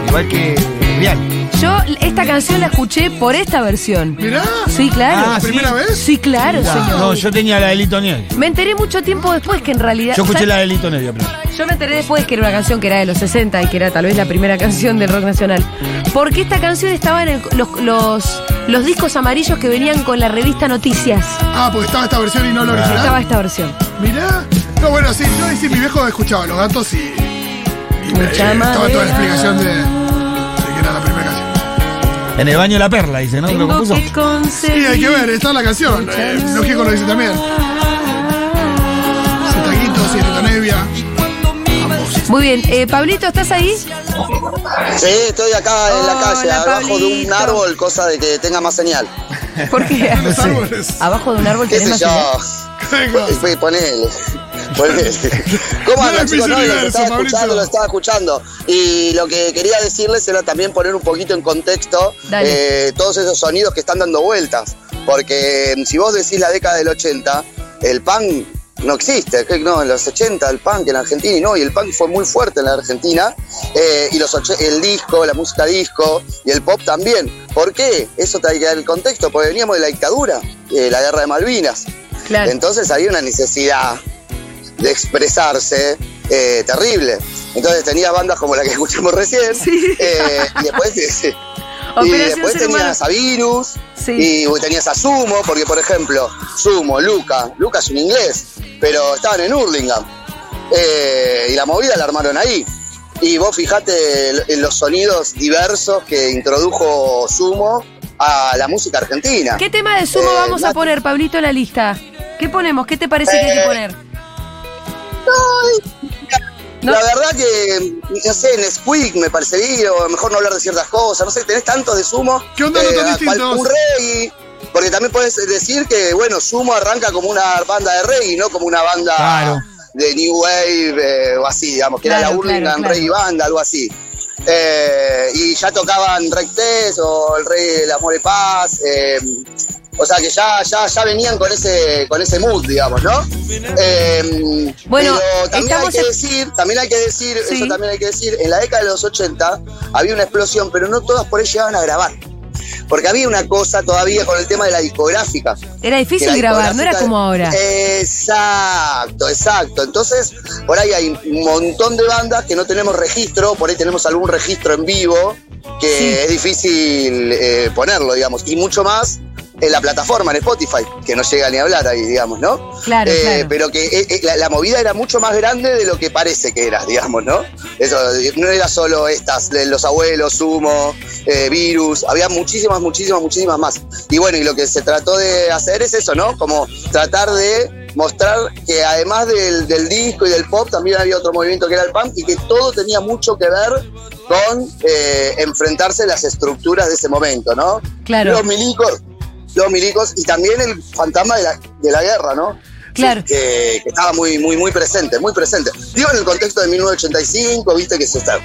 [SPEAKER 2] Igual que Real.
[SPEAKER 1] Yo esta canción la escuché por esta versión.
[SPEAKER 3] Mirá.
[SPEAKER 1] Sí, claro.
[SPEAKER 3] Ah, ¿sí? ¿Primera vez?
[SPEAKER 1] Sí, claro. señor.
[SPEAKER 7] No, yo tenía la de Lito Nevi.
[SPEAKER 1] Me enteré mucho tiempo después que en realidad.
[SPEAKER 7] Yo escuché
[SPEAKER 1] ¿sabes?
[SPEAKER 7] la de Lito Nevi. primero.
[SPEAKER 1] Yo me enteré después que era una canción que era de los 60 y que era tal vez la primera canción del rock nacional. Porque esta canción estaba en el- los, los, los discos amarillos que venían con la revista Noticias.
[SPEAKER 3] Ah, porque estaba esta versión y no la original.
[SPEAKER 1] Estaba esta versión.
[SPEAKER 3] Mirá. No, bueno, sí, yo decía, mi viejo escuchaba los gatos y. y me-
[SPEAKER 1] Mucha
[SPEAKER 3] eh, estaba toda la
[SPEAKER 1] madera.
[SPEAKER 3] explicación de, de que era la primera canción.
[SPEAKER 7] En el baño de la perla, dice, ¿no? Lo compuso.
[SPEAKER 3] Sí, hay que ver, está la canción. Eh, Lógico lo dice también. Siete taquitos, siete tonevia.
[SPEAKER 1] Muy bien. Eh, Pablito, ¿estás ahí?
[SPEAKER 8] Sí, estoy acá en la
[SPEAKER 1] Hola,
[SPEAKER 8] calle, abajo de un
[SPEAKER 1] Pablito.
[SPEAKER 8] árbol, cosa de que tenga más señal.
[SPEAKER 1] Porque
[SPEAKER 3] Los árboles.
[SPEAKER 1] abajo de un árbol
[SPEAKER 8] ¿Qué
[SPEAKER 1] tenés
[SPEAKER 8] sé
[SPEAKER 1] más
[SPEAKER 8] yo?
[SPEAKER 3] Venga.
[SPEAKER 8] Fui, ponele. Ponele. ¿Cómo
[SPEAKER 3] No
[SPEAKER 8] andan,
[SPEAKER 3] era mi
[SPEAKER 8] chicos? No, lo
[SPEAKER 3] universo,
[SPEAKER 8] estaba
[SPEAKER 3] Pablito.
[SPEAKER 8] escuchando, lo estaba escuchando. Y lo que quería decirles era también poner un poquito en contexto
[SPEAKER 1] Dale.
[SPEAKER 8] eh, todos esos sonidos que están dando vueltas. Porque mm, si vos decís la década del 80, el punk no existe. Que- No, en los 80 el punk en la Argentina y no, y el punk fue muy fuerte en la Argentina. Eh, y los oche- el disco, la música disco y el pop también. ¿Por qué? Eso te hay que dar el contexto, porque veníamos de la dictadura, eh, la guerra de Malvinas.
[SPEAKER 1] Claro.
[SPEAKER 8] Entonces había una necesidad de expresarse eh, terrible. Entonces tenía bandas como la que escuchamos recién.
[SPEAKER 1] Sí.
[SPEAKER 8] eh, y después, sí. y
[SPEAKER 1] Operación
[SPEAKER 8] después
[SPEAKER 1] Ser Humano.
[SPEAKER 8] tenías a Virus.
[SPEAKER 1] Sí.
[SPEAKER 8] Y tenías a Sumo, porque por ejemplo, Sumo, Luca. Luca es un inglés, pero estaban en Hurlingham. Eh, y la movida la armaron ahí. Y vos fijate el- en los sonidos diversos que introdujo Sumo a la música argentina.
[SPEAKER 1] ¿Qué tema de sumo
[SPEAKER 8] Eh,
[SPEAKER 1] vamos a
[SPEAKER 8] Nati.
[SPEAKER 1] poner, Pablito, en la lista? ¿Qué ponemos? ¿Qué te parece que hay que
[SPEAKER 8] Eh,
[SPEAKER 1] poner? No.
[SPEAKER 8] La verdad que, no sé, Nesquik me parecería, o mejor no hablar de ciertas cosas, no sé, tenés tantos de sumo. eh,
[SPEAKER 3] ¿Qué onda, no tan
[SPEAKER 8] a cual
[SPEAKER 3] distintos?
[SPEAKER 8] Un reggae, porque también puedes decir que, bueno, sumo arranca como una banda de reggae, no como una banda
[SPEAKER 7] Claro.
[SPEAKER 8] de New Wave eh, o así, digamos, que era
[SPEAKER 1] Claro,
[SPEAKER 8] la Hurlingham
[SPEAKER 1] claro, claro.
[SPEAKER 8] Reggae Band, algo así. Eh, y ya tocaban Rectes o el Rey del Amor y Paz. eh, o sea que ya, ya, ya venían con ese, con ese mood, digamos, ¿no? Eh,
[SPEAKER 1] Bueno,
[SPEAKER 8] pero también hay
[SPEAKER 1] estamos
[SPEAKER 8] que
[SPEAKER 1] en-
[SPEAKER 8] decir, también hay que decir,
[SPEAKER 1] Sí.
[SPEAKER 8] eso también hay que decir, en la década de los 80 había una explosión, pero no todas por ahí llegaban a grabar. Porque había una cosa todavía con el tema de la discográfica.
[SPEAKER 1] Era
[SPEAKER 8] que la Eh,
[SPEAKER 1] difícil grabar, no era
[SPEAKER 8] discográfica-
[SPEAKER 1] como ahora.
[SPEAKER 8] Exacto, exacto. Entonces, por ahí hay un montón de bandas que no tenemos registro, por ahí tenemos algún registro en vivo que
[SPEAKER 1] Sí.
[SPEAKER 8] es difícil eh, ponerlo, digamos. Y mucho más en la plataforma, en Spotify, que no llega ni a hablar ahí, digamos, ¿no?
[SPEAKER 1] Claro,
[SPEAKER 8] Eh,
[SPEAKER 1] claro.
[SPEAKER 8] Pero que eh, eh, la, la movida era mucho más grande de lo que parece que era, digamos, ¿no? Eso, eh, no era solo estas, de los abuelos, Sumo, eh, Virus, había muchísimas, muchísimas, muchísimas más. Y bueno, y lo que se trató de hacer es eso, ¿no? Como tratar de mostrar que además del, del disco y del pop también había otro movimiento que era el punk y que todo tenía mucho que ver con eh, enfrentarse a las estructuras de ese momento, ¿no?
[SPEAKER 1] Claro.
[SPEAKER 8] Los milicos, los milicos y también el fantasma de la, de la guerra, ¿no?
[SPEAKER 1] Claro.
[SPEAKER 8] Que, que estaba muy, muy, muy presente, muy presente. Digo en el contexto de 1985, viste que se está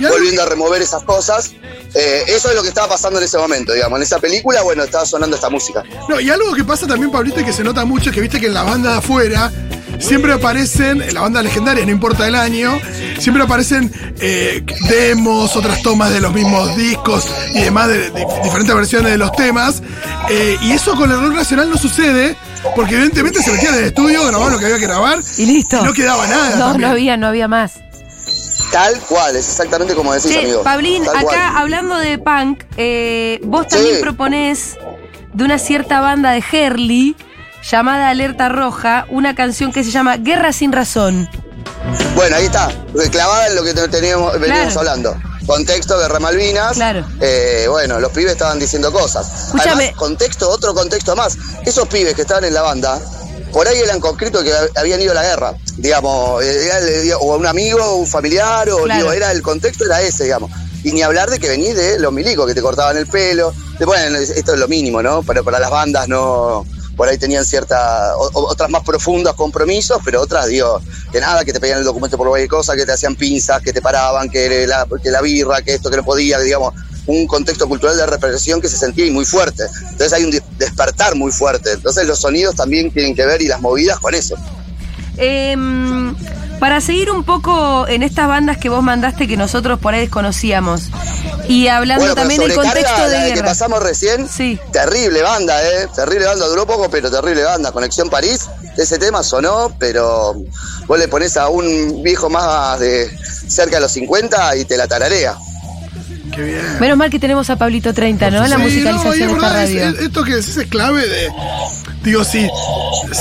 [SPEAKER 8] volviendo a remover esas cosas. Eh, eso es lo que estaba pasando en ese momento, digamos. En esa película, bueno, estaba sonando esta música.
[SPEAKER 3] No, y algo que pasa también, Pablito, y que se nota mucho, es que viste que en la banda de afuera siempre aparecen, en la banda legendaria, no importa el año, siempre aparecen eh, demos, otras tomas de los mismos discos y demás, de, de diferentes versiones de los temas. Eh, y eso con el rock nacional no sucede, porque evidentemente se metían en el estudio, grababan lo que había que grabar.
[SPEAKER 1] Y listo.
[SPEAKER 3] y no quedaba nada
[SPEAKER 1] No, no
[SPEAKER 3] también.
[SPEAKER 1] había, no había más.
[SPEAKER 8] Tal cual, es exactamente como decís,
[SPEAKER 1] Che,
[SPEAKER 8] amigo.
[SPEAKER 1] Pablín,
[SPEAKER 8] Tal
[SPEAKER 1] acá
[SPEAKER 8] cual.
[SPEAKER 1] hablando de punk, eh, vos también
[SPEAKER 8] Sí.
[SPEAKER 1] proponés de una cierta banda de Herley llamada Alerta Roja, una canción que se llama Guerra sin razón.
[SPEAKER 8] Bueno, ahí está, clavada en lo que te- teníamos, veníamos
[SPEAKER 1] Claro.
[SPEAKER 8] hablando. Contexto de Malvinas.
[SPEAKER 1] Claro.
[SPEAKER 8] Eh, bueno, los pibes estaban diciendo cosas.
[SPEAKER 1] Escúchame.
[SPEAKER 8] Además, contexto, otro contexto más. Esos pibes que estaban en la banda, por ahí eran concreto que hab- habían ido a la guerra. Digamos, eh, era el- o a un amigo, o un familiar, o
[SPEAKER 1] Claro.
[SPEAKER 8] digo, era el contexto era ese, digamos. Y ni hablar de que venís de los milicos, que te cortaban el pelo. De- Bueno, es- esto es lo mínimo, ¿no? Pero para las bandas no. Por ahí tenían ciertas, otras más profundas compromisos, pero otras, digo, que nada, que te pedían el documento por cualquier cosa, que te hacían pinzas, que te paraban, que la, que la birra, que esto, que no podía, digamos, un contexto cultural de represión que se sentía y muy fuerte. Entonces hay un de- despertar muy fuerte. Entonces los sonidos también tienen que ver y las movidas con eso.
[SPEAKER 1] Em, para seguir un poco en estas bandas que vos mandaste que nosotros por ahí desconocíamos, Y hablando
[SPEAKER 8] Bueno, pero
[SPEAKER 1] también del
[SPEAKER 8] sobrecarga,
[SPEAKER 1] contexto de
[SPEAKER 8] la que
[SPEAKER 1] guerra.
[SPEAKER 8] pasamos recién,
[SPEAKER 1] Sí.
[SPEAKER 8] terrible banda, ¿eh? Terrible banda, duró poco, pero terrible banda. Conexión París, ese tema sonó, pero vos le pones a un viejo más de cerca de los 50 y te la tararea.
[SPEAKER 3] Qué bien.
[SPEAKER 1] Menos mal que tenemos a Pablito 30, ¿no? La
[SPEAKER 3] Sí,
[SPEAKER 1] musicalización
[SPEAKER 3] no, y es
[SPEAKER 1] de esta
[SPEAKER 3] verdad, es-
[SPEAKER 1] radio.
[SPEAKER 3] es- esto que decís es clave de. Digo, si,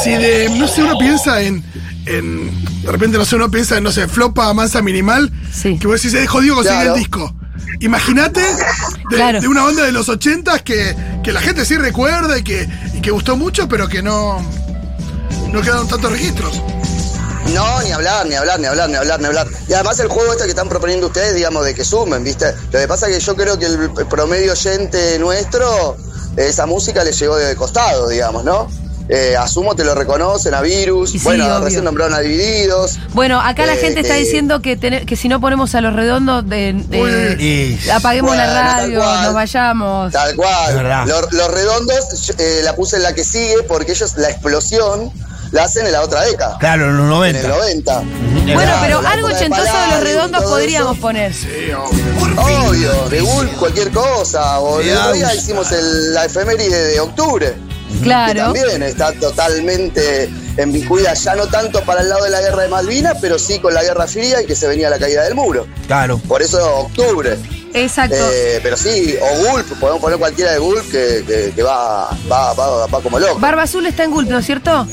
[SPEAKER 3] si de. No sé, uno piensa en. en- de repente, no sé, uno piensa en, no sé, flopa mansa minimal.
[SPEAKER 1] Sí.
[SPEAKER 3] Que vos decís, eh, jodido conseguir
[SPEAKER 8] Claro.
[SPEAKER 3] el disco. Imagínate de,
[SPEAKER 1] Claro.
[SPEAKER 3] de una banda de los 80 que, que la gente sí recuerda y que, y que gustó mucho, pero que no. No quedaron tantos registros.
[SPEAKER 8] No, ni hablar, ni hablar, ni hablar, ni hablar, ni hablar. Y además el juego este que están proponiendo ustedes, digamos, de que sumen, ¿viste? Lo que pasa es que yo creo que el promedio oyente nuestro, esa música le llegó de costado, digamos, ¿no? Eh, asumo te lo reconocen, a Virus,
[SPEAKER 1] Y sí,
[SPEAKER 8] bueno,
[SPEAKER 1] obvio.
[SPEAKER 8] recién nombraron a Divididos.
[SPEAKER 1] Bueno, acá la
[SPEAKER 8] Eh,
[SPEAKER 1] gente está
[SPEAKER 8] eh,
[SPEAKER 1] diciendo que, tene- que si no ponemos a los redondos, de, de-
[SPEAKER 2] Uy, y-
[SPEAKER 1] apaguemos
[SPEAKER 8] Bueno,
[SPEAKER 1] la
[SPEAKER 8] tal
[SPEAKER 1] radio,
[SPEAKER 8] cual.
[SPEAKER 1] nos vayamos.
[SPEAKER 8] Tal cual.
[SPEAKER 2] Es verdad.
[SPEAKER 8] Lo- Los, redondos yo, eh, la puse en la que sigue porque ellos la explosión la hacen en la otra década.
[SPEAKER 2] Claro, en los
[SPEAKER 8] En
[SPEAKER 2] 90.
[SPEAKER 8] el 90.
[SPEAKER 1] Bueno,
[SPEAKER 8] Claro,
[SPEAKER 1] pero
[SPEAKER 8] la
[SPEAKER 1] algo
[SPEAKER 8] época de
[SPEAKER 1] ochentoso de los
[SPEAKER 8] Paladín,
[SPEAKER 1] redondos
[SPEAKER 8] todo
[SPEAKER 1] podríamos
[SPEAKER 8] eso.
[SPEAKER 1] poner.
[SPEAKER 3] Eh,
[SPEAKER 8] Obvio, de Bull, cualquier cosa. O el otro día
[SPEAKER 2] Cuidado.
[SPEAKER 8] hicimos el- la efeméride de octubre. Que
[SPEAKER 1] Claro.
[SPEAKER 8] también está totalmente envicuida, ya no tanto para el lado de la guerra de Malvinas, pero sí con la guerra fría y que se venía la caída del muro.
[SPEAKER 2] Claro.
[SPEAKER 8] Por eso octubre.
[SPEAKER 1] Exacto.
[SPEAKER 8] Eh, pero sí, o Gulp, podemos poner cualquiera de Gulp que, que- que va, va, va, va como loco.
[SPEAKER 1] Barba Azul está en Gulp, ¿no es cierto?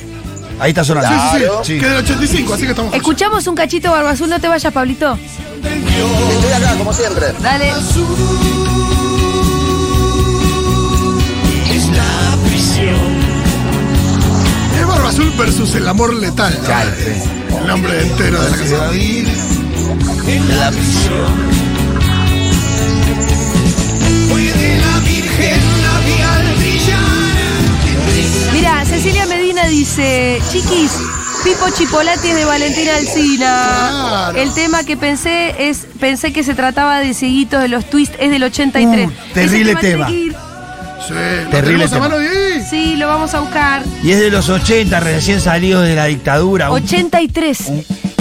[SPEAKER 2] Ahí está sonando.
[SPEAKER 3] Sí, sí,
[SPEAKER 8] Claro.
[SPEAKER 3] sí. Que del 85, así que estamos.
[SPEAKER 1] Escuchamos un cachito Barba Azul, no te vayas, Pablito.
[SPEAKER 8] Estoy acá, como siempre.
[SPEAKER 1] Dale.
[SPEAKER 3] Es Barba Azul versus el amor letal. ¿no?
[SPEAKER 2] Claro, sí.
[SPEAKER 3] El nombre entero de la canción.
[SPEAKER 1] Mira, Cecilia Medina dice, chiquis, Pipo Chipolati es de Valentina Alcina.
[SPEAKER 3] Claro.
[SPEAKER 1] El tema que pensé es, pensé que se trataba de Cieguitos de los Twist, es del 83.
[SPEAKER 2] Uh, terrible
[SPEAKER 1] Ese
[SPEAKER 2] tema.
[SPEAKER 1] tiene que ir.
[SPEAKER 3] Sí, lo
[SPEAKER 2] Terrible
[SPEAKER 3] tenemos a
[SPEAKER 2] tema.
[SPEAKER 3] mano de ahí.
[SPEAKER 1] Sí, lo vamos a buscar.
[SPEAKER 2] Y es de los 80, recién salido de la dictadura. Un-
[SPEAKER 1] 83.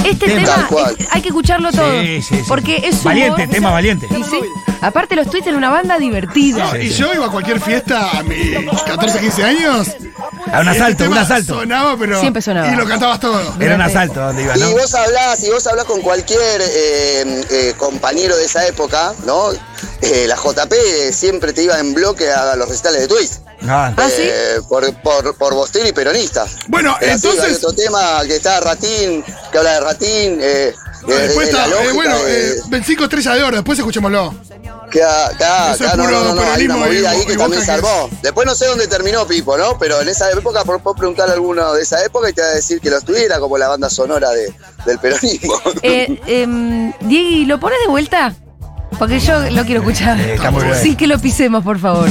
[SPEAKER 1] Este
[SPEAKER 2] Tal
[SPEAKER 1] tema
[SPEAKER 8] cual.
[SPEAKER 1] es- hay que escucharlo todo.
[SPEAKER 2] Sí, sí, sí.
[SPEAKER 1] Porque es un
[SPEAKER 2] Valiente, tema valiente.
[SPEAKER 1] Y sí, Aparte los Twist era una banda divertida.
[SPEAKER 3] No, y yo iba a cualquier fiesta a mis 14, 15 años.
[SPEAKER 2] A Ah, un
[SPEAKER 3] y este
[SPEAKER 2] asalto, un
[SPEAKER 3] tema
[SPEAKER 2] asalto.
[SPEAKER 3] Sonaba, pero.
[SPEAKER 1] Siempre sonaba.
[SPEAKER 3] Y lo cantabas todo.
[SPEAKER 2] Era un asalto donde iba, ¿no?
[SPEAKER 8] Y vos hablás, y vos hablás con cualquier eh, eh, compañero de esa época, ¿no? Eh, la JP siempre te iba en bloque a los recitales de Twist.
[SPEAKER 2] Ah,
[SPEAKER 1] ¿Ah, sí?
[SPEAKER 8] Eh, por, por, por Bostil y peronista.
[SPEAKER 3] Bueno,
[SPEAKER 8] Era así,
[SPEAKER 3] entonces- eh,
[SPEAKER 8] hay otro tema que está Ratín, que habla de Ratín, eh,
[SPEAKER 3] No,
[SPEAKER 8] de- de-
[SPEAKER 3] después
[SPEAKER 8] de la
[SPEAKER 3] está, eh,
[SPEAKER 8] lógica
[SPEAKER 3] bueno,
[SPEAKER 8] de-
[SPEAKER 3] eh, 25 estrellas de oro, después escuchémoslo.
[SPEAKER 8] que a- que a-
[SPEAKER 3] eso
[SPEAKER 8] que a-
[SPEAKER 3] es
[SPEAKER 8] no,
[SPEAKER 3] puro
[SPEAKER 8] no, no, no, hay una
[SPEAKER 3] peronismo y
[SPEAKER 8] movida ahí
[SPEAKER 3] bo- y
[SPEAKER 8] que también se
[SPEAKER 3] Boca
[SPEAKER 8] armó. Después no sé dónde terminó Pipo, ¿no? Pero en esa época, por, por preguntar a alguno de esa época y te va a decir que lo estuviera como la banda sonora de, del peronismo.
[SPEAKER 1] Eh, em, Diegui, ¿lo pones de vuelta? Porque yo lo quiero escuchar.
[SPEAKER 2] Eh, está muy bueno.
[SPEAKER 1] Sin que lo pisemos, por favor.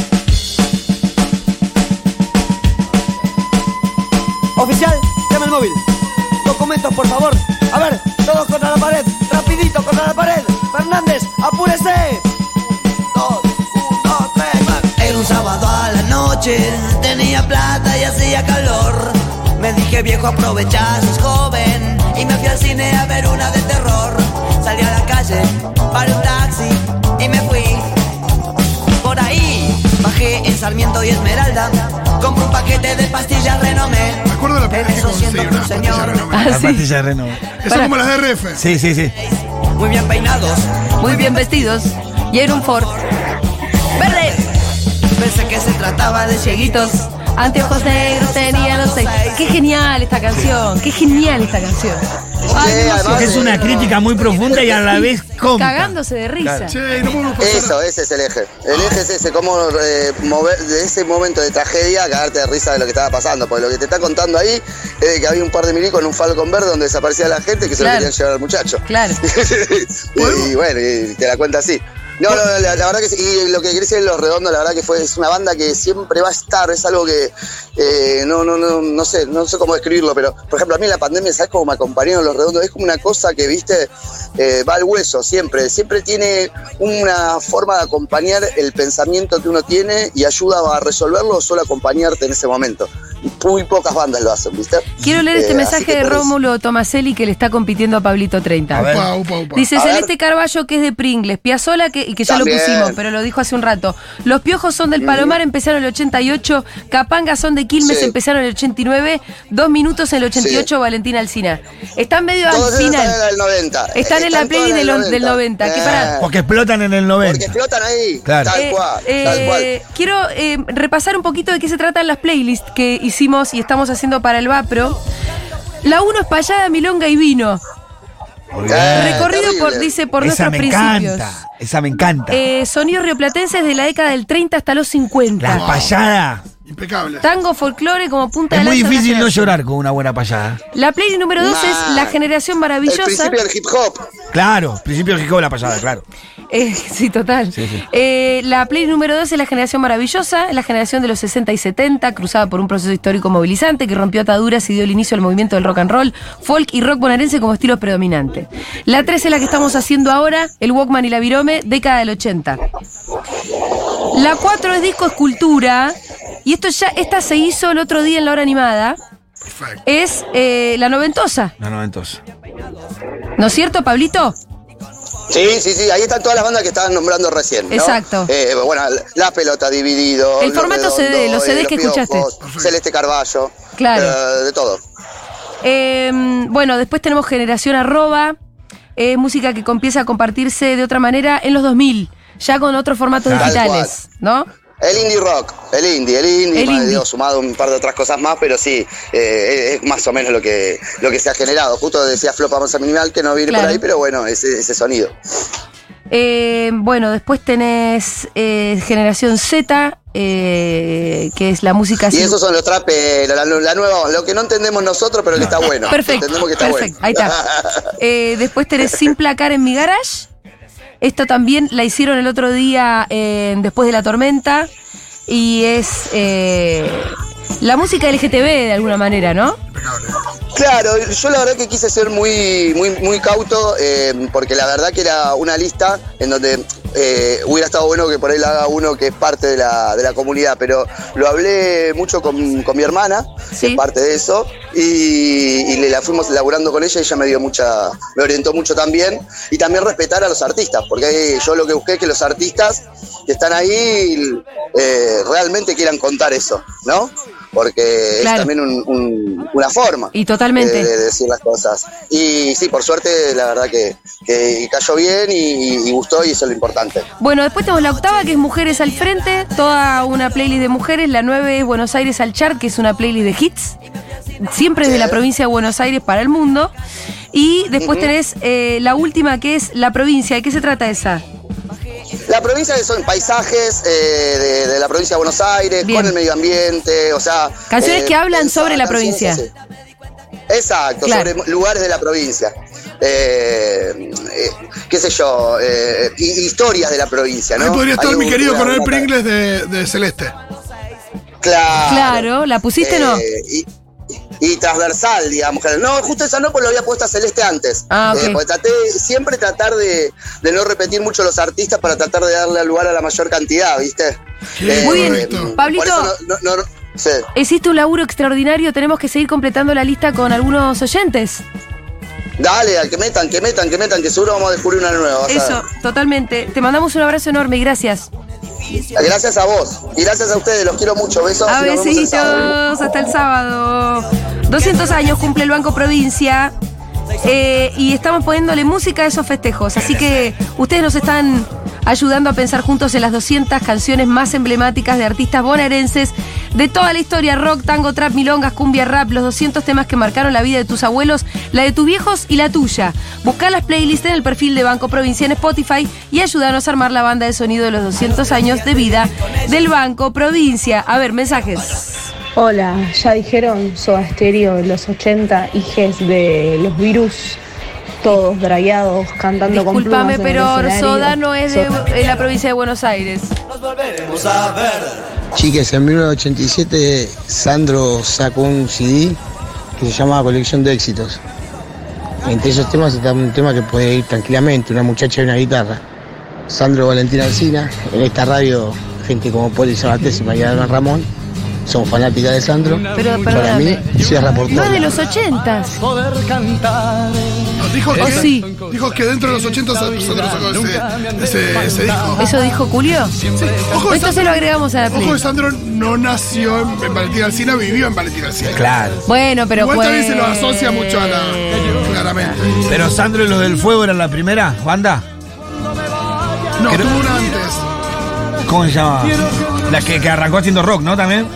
[SPEAKER 5] Oficial, llama el móvil. Documentos, por favor. A ver, todos contra la pared. Rapidito contra la pared. Fernández, apúrese. Dos, un, dos, tres, va. Era un sábado a la noche. Tenía plata y hacía calor. Me dije, viejo, aprovechás, sos joven. Y me fui al cine a ver una de terror. Salí a la calle, paré un taxi y me fui por ahí. Bajé en Sarmiento y Esmeralda. Compré un paquete de pastillas Renomé.
[SPEAKER 3] Me acuerdo la primera
[SPEAKER 5] En
[SPEAKER 3] vez que
[SPEAKER 5] eso
[SPEAKER 3] conseguí
[SPEAKER 5] siento
[SPEAKER 3] una
[SPEAKER 5] tu
[SPEAKER 3] pastilla
[SPEAKER 5] señor.
[SPEAKER 3] renombrada.
[SPEAKER 1] Ah,
[SPEAKER 2] la
[SPEAKER 1] sí.
[SPEAKER 2] pastilla de Reno.
[SPEAKER 3] Esas
[SPEAKER 1] Para.
[SPEAKER 3] como las de RF.
[SPEAKER 2] Sí, sí, sí.
[SPEAKER 5] Muy bien peinados.
[SPEAKER 1] Muy bien vestidos. Y era un Ford. Verde.
[SPEAKER 5] Pensé que se trataba de cieguitos.
[SPEAKER 1] Cieguitos. Anteojos negros tenía, no sé. Qué genial esta canción. Qué genial esta canción.
[SPEAKER 8] Sí,
[SPEAKER 1] Ay,
[SPEAKER 8] además,
[SPEAKER 2] Es una crítica muy profunda y a la vez cómica.
[SPEAKER 1] cagándose de risa.
[SPEAKER 3] Che, no podemos pasar.
[SPEAKER 8] Eso, ese es el eje. El eje es ese, cómo eh, mover de ese momento de tragedia, cagarte de risa de lo que estaba pasando. Porque lo que te está contando ahí es de que había un par de milicos en un falcón verde donde desaparecía la gente que se
[SPEAKER 1] Claro.
[SPEAKER 8] lo querían llevar al muchacho.
[SPEAKER 1] Claro.
[SPEAKER 8] y, bueno, y te la cuenta así. No, no, la, la verdad que sí. Y lo que dice Los Redondos, la verdad que fue, es una banda que siempre va a estar. Es algo que eh, no, no, no, no sé, no sé cómo describirlo, pero por ejemplo, a mí en la pandemia, ¿sabes cómo me acompañaron Los Redondos? Es como una cosa que, viste, eh, va al hueso siempre. Siempre tiene una forma de acompañar el pensamiento que uno tiene y ayuda a resolverlo o solo acompañarte en ese momento. muy pocas bandas lo hacen, ¿viste?
[SPEAKER 1] Quiero leer este
[SPEAKER 8] Eh, así
[SPEAKER 1] mensaje
[SPEAKER 8] que
[SPEAKER 1] de
[SPEAKER 8] por eso.
[SPEAKER 1] Rómulo Tomaselli que le está compitiendo a Pablito 30.
[SPEAKER 3] Upa, upa, upa.
[SPEAKER 1] Dice
[SPEAKER 8] A ver.
[SPEAKER 1] Celeste Carballo que es de Pringles, Piazzola que, y que ya
[SPEAKER 8] También.
[SPEAKER 1] lo pusimos, pero lo dijo hace un rato. Los piojos son del Palomar, empezaron en el 88, Capanga son de Quilmes,
[SPEAKER 8] Sí.
[SPEAKER 1] empezaron en el 89, dos minutos en el 88, Valentín Alcina. Están medio al
[SPEAKER 8] Todos esos
[SPEAKER 1] final.
[SPEAKER 8] están en el 90.
[SPEAKER 1] Están en la
[SPEAKER 8] todos
[SPEAKER 1] playlist
[SPEAKER 8] el
[SPEAKER 1] del on- del 90, que para-
[SPEAKER 7] Porque explotan en el
[SPEAKER 8] Porque
[SPEAKER 7] 90.
[SPEAKER 8] explotan ahí.
[SPEAKER 7] Claro.
[SPEAKER 8] Tal
[SPEAKER 1] Eh,
[SPEAKER 8] cual,
[SPEAKER 1] eh,
[SPEAKER 8] tal cual.
[SPEAKER 1] Quiero eh, repasar un poquito de qué se tratan las playlists que hicimos y estamos haciendo para el Vapro. La 1 es payada, milonga y vino.
[SPEAKER 8] Eh,
[SPEAKER 1] Recorrido por,
[SPEAKER 8] terrible.
[SPEAKER 1] dice, por
[SPEAKER 7] Esa
[SPEAKER 1] nuestros
[SPEAKER 7] me
[SPEAKER 1] principios.
[SPEAKER 7] encanta. Esa me encanta.
[SPEAKER 1] Eh, sonidos rioplatenses de la década del 30 hasta los 50.
[SPEAKER 7] La payada.
[SPEAKER 3] Impecable.
[SPEAKER 1] Tango, folclore como punta
[SPEAKER 7] Es
[SPEAKER 1] de
[SPEAKER 7] muy
[SPEAKER 1] lanza de la
[SPEAKER 7] difícil no
[SPEAKER 1] generación.
[SPEAKER 7] llorar con una buena payada.
[SPEAKER 1] La playlist número 2 es
[SPEAKER 8] Nah.
[SPEAKER 1] La Generación
[SPEAKER 8] El
[SPEAKER 1] Maravillosa.
[SPEAKER 8] principio del hip hop.
[SPEAKER 7] Claro, principio de la payada, claro.
[SPEAKER 1] Eh, sí, total. Eh, la play número 2 es la generación maravillosa, la generación de los 60 y 70, cruzada por un proceso histórico movilizante que rompió ataduras y dio el inicio al movimiento del rock and roll, folk y rock bonaerense como estilo predominante. La 3 es la que estamos haciendo ahora, el Walkman y la Virome, década del 80. La 4 es disco escultura, y esto ya, esta se hizo el otro día en la hora animada,
[SPEAKER 3] Perfecto.
[SPEAKER 1] es eh, la noventosa,
[SPEAKER 7] No, no, entonces.
[SPEAKER 1] ¿no es cierto, Pablito?
[SPEAKER 8] Sí, sí, sí, ahí están todas las bandas que estaban nombrando recién. ¿no?
[SPEAKER 1] Exacto.
[SPEAKER 8] Eh, bueno, La Pelota Dividido.
[SPEAKER 1] El
[SPEAKER 8] Los
[SPEAKER 1] formato CD,
[SPEAKER 8] Redondos,
[SPEAKER 1] los CDs
[SPEAKER 8] eh,
[SPEAKER 1] que
[SPEAKER 8] Piojos,
[SPEAKER 1] escuchaste.
[SPEAKER 8] Celeste Carballo.
[SPEAKER 1] Claro.
[SPEAKER 8] eh, de todo.
[SPEAKER 1] Eh, bueno, después tenemos Generación Arroba, eh, música que empieza a compartirse de otra manera en los 2000, ya con otros formatos
[SPEAKER 8] Tal
[SPEAKER 1] digitales, ¿no?
[SPEAKER 8] El indie rock, el indie, el indie,
[SPEAKER 1] El
[SPEAKER 8] bueno,
[SPEAKER 1] indie.
[SPEAKER 8] digo, sumado un par de otras cosas más, pero sí, eh, es es más o menos lo que, lo que se ha generado. Justo decía Flopa Masa Minimal que no viene
[SPEAKER 1] Claro.
[SPEAKER 8] por ahí, pero bueno, ese, ese sonido.
[SPEAKER 1] Eh, bueno, después tenés eh, Generación Z, eh, que es la música...
[SPEAKER 8] Y
[SPEAKER 1] sin-
[SPEAKER 8] esos son los traperos, la, la nueva, lo que no entendemos nosotros, pero que está bueno.
[SPEAKER 1] Perfecto,
[SPEAKER 8] Entendemos que está
[SPEAKER 1] perfecto,
[SPEAKER 8] bueno.
[SPEAKER 1] ahí está. Eh, después tenés Sin Placar en mi garage, esto también la hicieron el otro día en después de la tormenta, y es eh, la música LGTB de alguna manera, ¿no?
[SPEAKER 8] Claro, yo la verdad que quise ser muy, muy, muy cauto, eh, porque la verdad que era una lista en donde eh, hubiera estado bueno que por ahí la haga uno que es parte de la, de la comunidad, pero lo hablé mucho con, con mi hermana,
[SPEAKER 1] Sí.
[SPEAKER 8] que es parte de eso, y, y le la fuimos elaborando con ella y ella me dio mucha, me orientó mucho también, y también respetar a los artistas, porque ahí yo lo que busqué es que los artistas que están ahí eh, realmente quieran contar eso, ¿no? Porque
[SPEAKER 1] Claro.
[SPEAKER 8] es también un- un- una forma
[SPEAKER 1] Y totalmente.
[SPEAKER 8] de, de decir las cosas. Y sí, por suerte, la verdad que, que cayó bien y, y gustó y eso es lo importante.
[SPEAKER 1] Bueno, después tenemos la octava, que es Mujeres al Frente, toda una playlist de mujeres. La nueve es Buenos Aires al Chart, que es una playlist de hits, siempre desde la provincia de Buenos Aires para el mundo. Y después tenés eh, la última, que es La Provincia. ¿De qué se trata esa?
[SPEAKER 8] La provincia son paisajes eh, de, de la provincia de Buenos Aires,
[SPEAKER 1] Bien.
[SPEAKER 8] con el medio ambiente, o sea... eh,
[SPEAKER 1] Canciones que hablan sobre la
[SPEAKER 8] canciones
[SPEAKER 1] provincia.
[SPEAKER 8] así. Exacto,
[SPEAKER 1] Claro.
[SPEAKER 8] sobre lugares de la provincia. Eh, eh, qué sé yo, eh, hi- historias de la provincia, ¿no?
[SPEAKER 3] Ahí podría estar
[SPEAKER 8] Hay
[SPEAKER 3] mi
[SPEAKER 8] un-
[SPEAKER 3] querido
[SPEAKER 8] una-
[SPEAKER 3] coronel
[SPEAKER 8] una-
[SPEAKER 3] Pringles de, de Celeste.
[SPEAKER 8] Claro.
[SPEAKER 1] Claro, ¿la pusiste o no?
[SPEAKER 8] Eh, Y, y transversal, digamos. que- No, justo esa no, porque lo había puesto a Celeste antes.
[SPEAKER 1] Ah, ok.
[SPEAKER 8] porque traté siempre tratar de, de no repetir mucho los artistas para tratar de darle lugar a la mayor cantidad, ¿viste? Eh,
[SPEAKER 3] Sí, Muy bien. correcto.
[SPEAKER 1] Pablito.
[SPEAKER 8] por eso no- no- no- sí.
[SPEAKER 1] Hiciste un laburo extraordinario, tenemos que seguir completando la lista con algunos oyentes.
[SPEAKER 8] Dale, a que metan, que metan, que metan, que seguro vamos a descubrir una nueva. vas a
[SPEAKER 1] Eso, totalmente. Te mandamos un abrazo enorme y gracias.
[SPEAKER 8] ver. Gracias a vos. Y gracias a ustedes, los quiero mucho. Besos.
[SPEAKER 1] A
[SPEAKER 8] y nos vemos el sábado.
[SPEAKER 1] besitos, hasta el sábado. 200 años cumple el Banco Provincia. eh, y estamos poniéndole música a esos festejos. Así que ustedes nos están ayudando a pensar juntos en las 200 canciones más emblemáticas de artistas bonaerenses de toda la historia: rock, tango, trap, milongas, cumbia, rap. Los 200 temas que marcaron la vida de tus abuelos, la de tus viejos y la tuya. Buscá las playlists en el perfil de Banco Provincia en Spotify y ayúdanos a armar la banda de sonido de los 200 años de vida del Banco Provincia. A ver, mensajes.
[SPEAKER 9] Hola, ya dijeron Soda Stereo, los 80 hijes de los virus, todos dragueados, cantando
[SPEAKER 1] Disculpame,
[SPEAKER 9] con plumas en el
[SPEAKER 1] pero
[SPEAKER 9] escenario.
[SPEAKER 1] Soda no es de,
[SPEAKER 9] Soda-
[SPEAKER 1] de la provincia de Buenos Aires.
[SPEAKER 10] Chiques, en 1987 Sandro sacó un CD que se llama Colección de Éxitos. Entre esos temas está un tema que puede ir tranquilamente, una muchacha y una guitarra. Sandro Valentina Alcina, en esta radio, gente como Poli Sabates y Mariana Ramón, son fanáticas de Sandro.
[SPEAKER 1] Pero,
[SPEAKER 10] Para mí,
[SPEAKER 1] perdóname.
[SPEAKER 10] cierra por
[SPEAKER 1] No es de
[SPEAKER 10] todo.
[SPEAKER 1] los ochentas.
[SPEAKER 5] Poder cantar.
[SPEAKER 3] Dijo,
[SPEAKER 1] ¿O
[SPEAKER 3] que,
[SPEAKER 1] Oh, sí?
[SPEAKER 3] dijo que dentro de los 80 Sandro sacó ese, ese- ese disco.
[SPEAKER 1] ¿Eso dijo Julio?
[SPEAKER 3] Ojo de
[SPEAKER 1] Entonces
[SPEAKER 3] Sandro,
[SPEAKER 1] lo agregamos a la
[SPEAKER 3] ojo de
[SPEAKER 1] play.
[SPEAKER 3] Sandro no nació en, en Valentín Alsina, vivió en Valentín Alsina.
[SPEAKER 2] Claro.
[SPEAKER 1] Bueno, pero
[SPEAKER 3] Igual
[SPEAKER 1] pues...
[SPEAKER 3] también se lo asocia mucho a la. Claramente.
[SPEAKER 2] Pero Sandro y los del fuego eran la primera, banda.
[SPEAKER 3] No,
[SPEAKER 2] Creo-
[SPEAKER 3] tuvo una antes.
[SPEAKER 2] ¿Cómo se llama? La que, que arrancó haciendo rock, ¿no? También.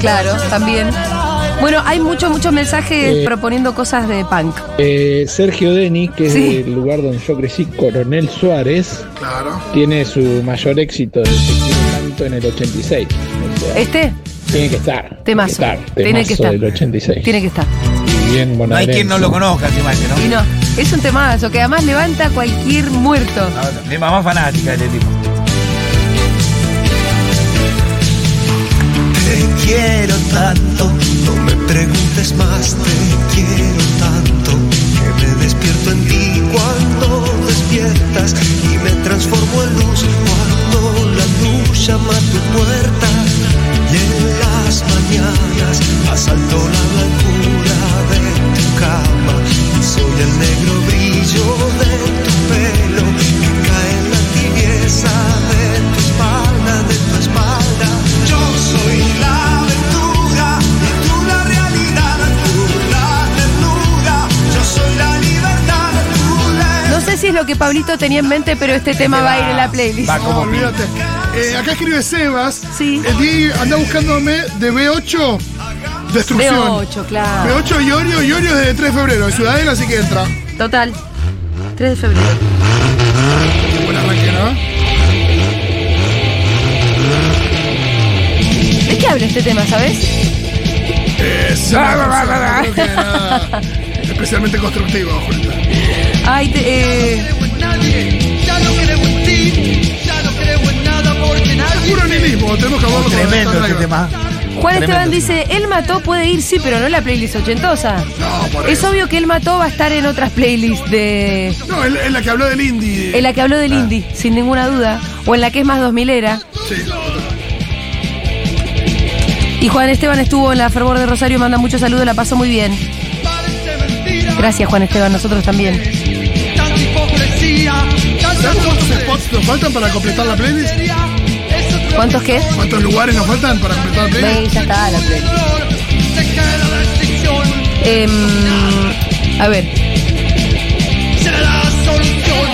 [SPEAKER 1] Claro, también. Bueno, hay muchos, muchos mensajes proponiendo cosas de punk.
[SPEAKER 11] Eh, Sergio Deni, que es
[SPEAKER 1] Sí.
[SPEAKER 11] el lugar donde yo crecí, Coronel Suárez,
[SPEAKER 3] Claro.
[SPEAKER 11] tiene su mayor éxito el Te quiero tanto en el 86. O sea,
[SPEAKER 1] Este
[SPEAKER 11] tiene que estar.
[SPEAKER 1] Temazo.
[SPEAKER 11] Tiene que estar.
[SPEAKER 1] Tiene que
[SPEAKER 11] temazo
[SPEAKER 1] estar.
[SPEAKER 11] del 86.
[SPEAKER 1] tiene que estar.
[SPEAKER 11] Bien
[SPEAKER 2] No hay
[SPEAKER 11] bonaerense.
[SPEAKER 2] quien no lo conozca, se imagina,
[SPEAKER 1] Y
[SPEAKER 2] ¿no?
[SPEAKER 1] no, es un temazo que además levanta a cualquier muerto.
[SPEAKER 2] Ahora, Mi mamá es fanática de este tipo.
[SPEAKER 6] Te quiero tanto, no me preguntes más, te quiero tanto, que me despierto en ti cuando despiertas y me transformo en luz cuando la luz llama a tu puerta. Y en las mañanas asalto la blancura de tu cama y soy el negro brillo de tu pelo que cae en la tibieza de tu espalda, de tu espalda. Yo soy la aventura y tú la realidad, tú la ternura. Yo soy la libertad, tú la
[SPEAKER 1] No sé si es lo que Pablito tenía en mente, pero este tema va a ir en la playlist.
[SPEAKER 8] Ah,
[SPEAKER 2] Va como pin.
[SPEAKER 3] Olvídate. Eh, acá escribe Sebas.
[SPEAKER 1] Sí.
[SPEAKER 3] El Diego anda buscándome de B8 Destrucción.
[SPEAKER 1] B8, claro.
[SPEAKER 3] B8 y Orio, y Orio desde 3 de febrero, en Ciudadela, así que entra.
[SPEAKER 1] Total. 3 de febrero.
[SPEAKER 3] Qué buen arranque, ¿no?
[SPEAKER 1] ¿De qué habla este tema, sabes?
[SPEAKER 3] Eh, Sebas, no creo que nada Especialmente constructivo, Julieta.
[SPEAKER 1] Ay, te- eh,
[SPEAKER 6] Ya no creo en ti, ya no creo en nada porque nadie.
[SPEAKER 3] Puro nihilismo, tenemos que hablarlo con
[SPEAKER 2] Tremendo este
[SPEAKER 3] Esteban Leiber.
[SPEAKER 2] tema.
[SPEAKER 1] Juan
[SPEAKER 2] Tremendo.
[SPEAKER 1] Esteban dice, él mató puede ir, sí, pero no en la playlist ochentosa.
[SPEAKER 3] No, por
[SPEAKER 1] Es
[SPEAKER 3] eso.
[SPEAKER 1] obvio que él mató va a estar en otras playlists de...
[SPEAKER 3] No, es es la que habló del indie.
[SPEAKER 1] En la que habló del indie, sin ninguna duda. O en la que es más 2000 era.
[SPEAKER 3] Sí.
[SPEAKER 1] Y Juan Esteban estuvo en la Fervor de Rosario, manda muchos saludos, la pasó muy bien. Gracias Juan Esteban, nosotros también.
[SPEAKER 6] Tanta hipocresía, tanta
[SPEAKER 3] ¿Sabes cuántos spots nos faltan para completar la playlist?
[SPEAKER 1] ¿Cuántos qué?
[SPEAKER 3] ¿Cuántos lugares nos faltan para completar la
[SPEAKER 1] Ve,
[SPEAKER 3] playlist?
[SPEAKER 1] ya está la play.
[SPEAKER 6] dolor, se cae la restricción,
[SPEAKER 1] Em, a ver,
[SPEAKER 6] será solución.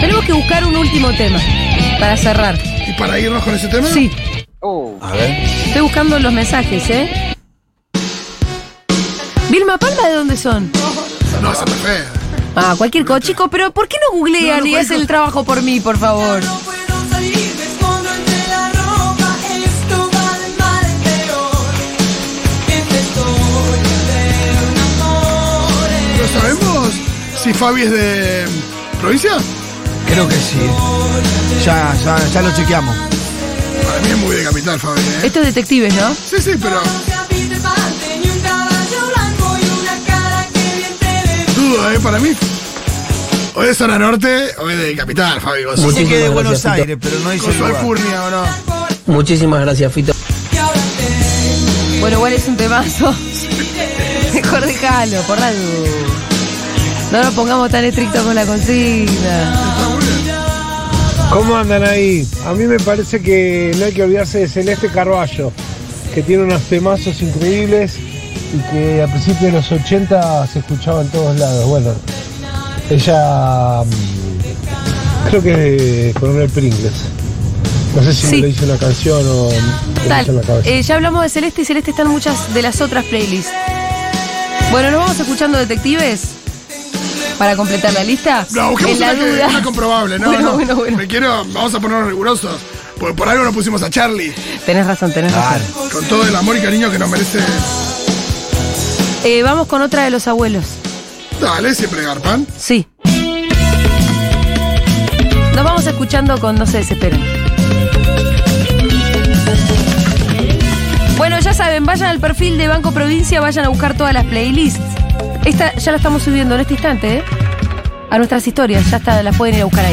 [SPEAKER 1] tenemos que buscar un último tema para cerrar.
[SPEAKER 3] ¿Y para irnos con ese tema?
[SPEAKER 1] Sí,
[SPEAKER 2] A ver.
[SPEAKER 1] estoy buscando los mensajes, ¿eh? Vilma Palma, ¿de dónde son?
[SPEAKER 3] No, esa está fea.
[SPEAKER 1] Ah, cualquier cochico, pero ¿por qué no googlean
[SPEAKER 3] No, no,
[SPEAKER 1] y hacen el trabajo por mí, por favor?
[SPEAKER 6] puedo salir, me escondo entre la ropa, esto va de mal en peor. Es la historia de un amor.
[SPEAKER 3] ¿Lo sabemos si Fabi es de mm, provincia?
[SPEAKER 2] Creo que sí. Ya, ya, ya lo chequeamos.
[SPEAKER 3] Para mí es muy de capital, Fabi, ¿eh?
[SPEAKER 1] Estos detectives, ¿no?
[SPEAKER 3] Sí, sí, pero
[SPEAKER 6] Nunca vi de parte, ni un caballo blanco y una cara que bien te ve.
[SPEAKER 3] dudo, ¿eh? Para mí. O es zona norte o es de capital, Fabi. Vos sos
[SPEAKER 2] Dice que de
[SPEAKER 10] gracias,
[SPEAKER 2] Buenos
[SPEAKER 10] Tito.
[SPEAKER 2] Aires, pero no dice
[SPEAKER 3] con
[SPEAKER 2] el
[SPEAKER 3] su
[SPEAKER 2] lugar.
[SPEAKER 3] alcurnia, ¿o no?
[SPEAKER 10] Muchísimas gracias, Fito.
[SPEAKER 1] Bueno, igual es un temazo. Mejor déjalo, por la duda. No nos pongamos tan estrictos con la consigna.
[SPEAKER 11] ¿Cómo andan ahí? A mí me parece que no hay que olvidarse de Celeste Carballo, que tiene unos temazos increíbles y que a principios de los 80 se escuchaba en todos lados. Bueno, ella mm, creo que es Coronel Pringles. No sé si
[SPEAKER 1] Sí.
[SPEAKER 11] me le hizo una canción o me la hizo en
[SPEAKER 1] Tal,
[SPEAKER 11] la cabeza.
[SPEAKER 1] eh, ya hablamos de Celeste y Celeste están muchas de las otras playlists. Bueno, nos vamos escuchando detectives para completar la lista.
[SPEAKER 3] No,
[SPEAKER 1] en
[SPEAKER 3] busquemos
[SPEAKER 1] la
[SPEAKER 3] una, que,
[SPEAKER 1] duda.
[SPEAKER 3] una comprobable, ¿no?
[SPEAKER 1] Bueno,
[SPEAKER 3] no.
[SPEAKER 1] bueno, bueno.
[SPEAKER 3] Me quiero, vamos a ponernos rigurosos. Porque por algo nos pusimos a Charlie,
[SPEAKER 1] Tenés razón, tenés razón.
[SPEAKER 3] con todo el amor y cariño que nos merece.
[SPEAKER 1] Eh, vamos con otra de los abuelos.
[SPEAKER 3] Dale, siempre garpan.
[SPEAKER 1] Sí. Nos vamos escuchando con No se desesperen. Bueno, ya saben, vayan al perfil de Banco Provincia, vayan a buscar todas las playlists. Esta ya la estamos subiendo en este instante, ¿eh? A nuestras historias, ya está, las pueden ir a buscar ahí.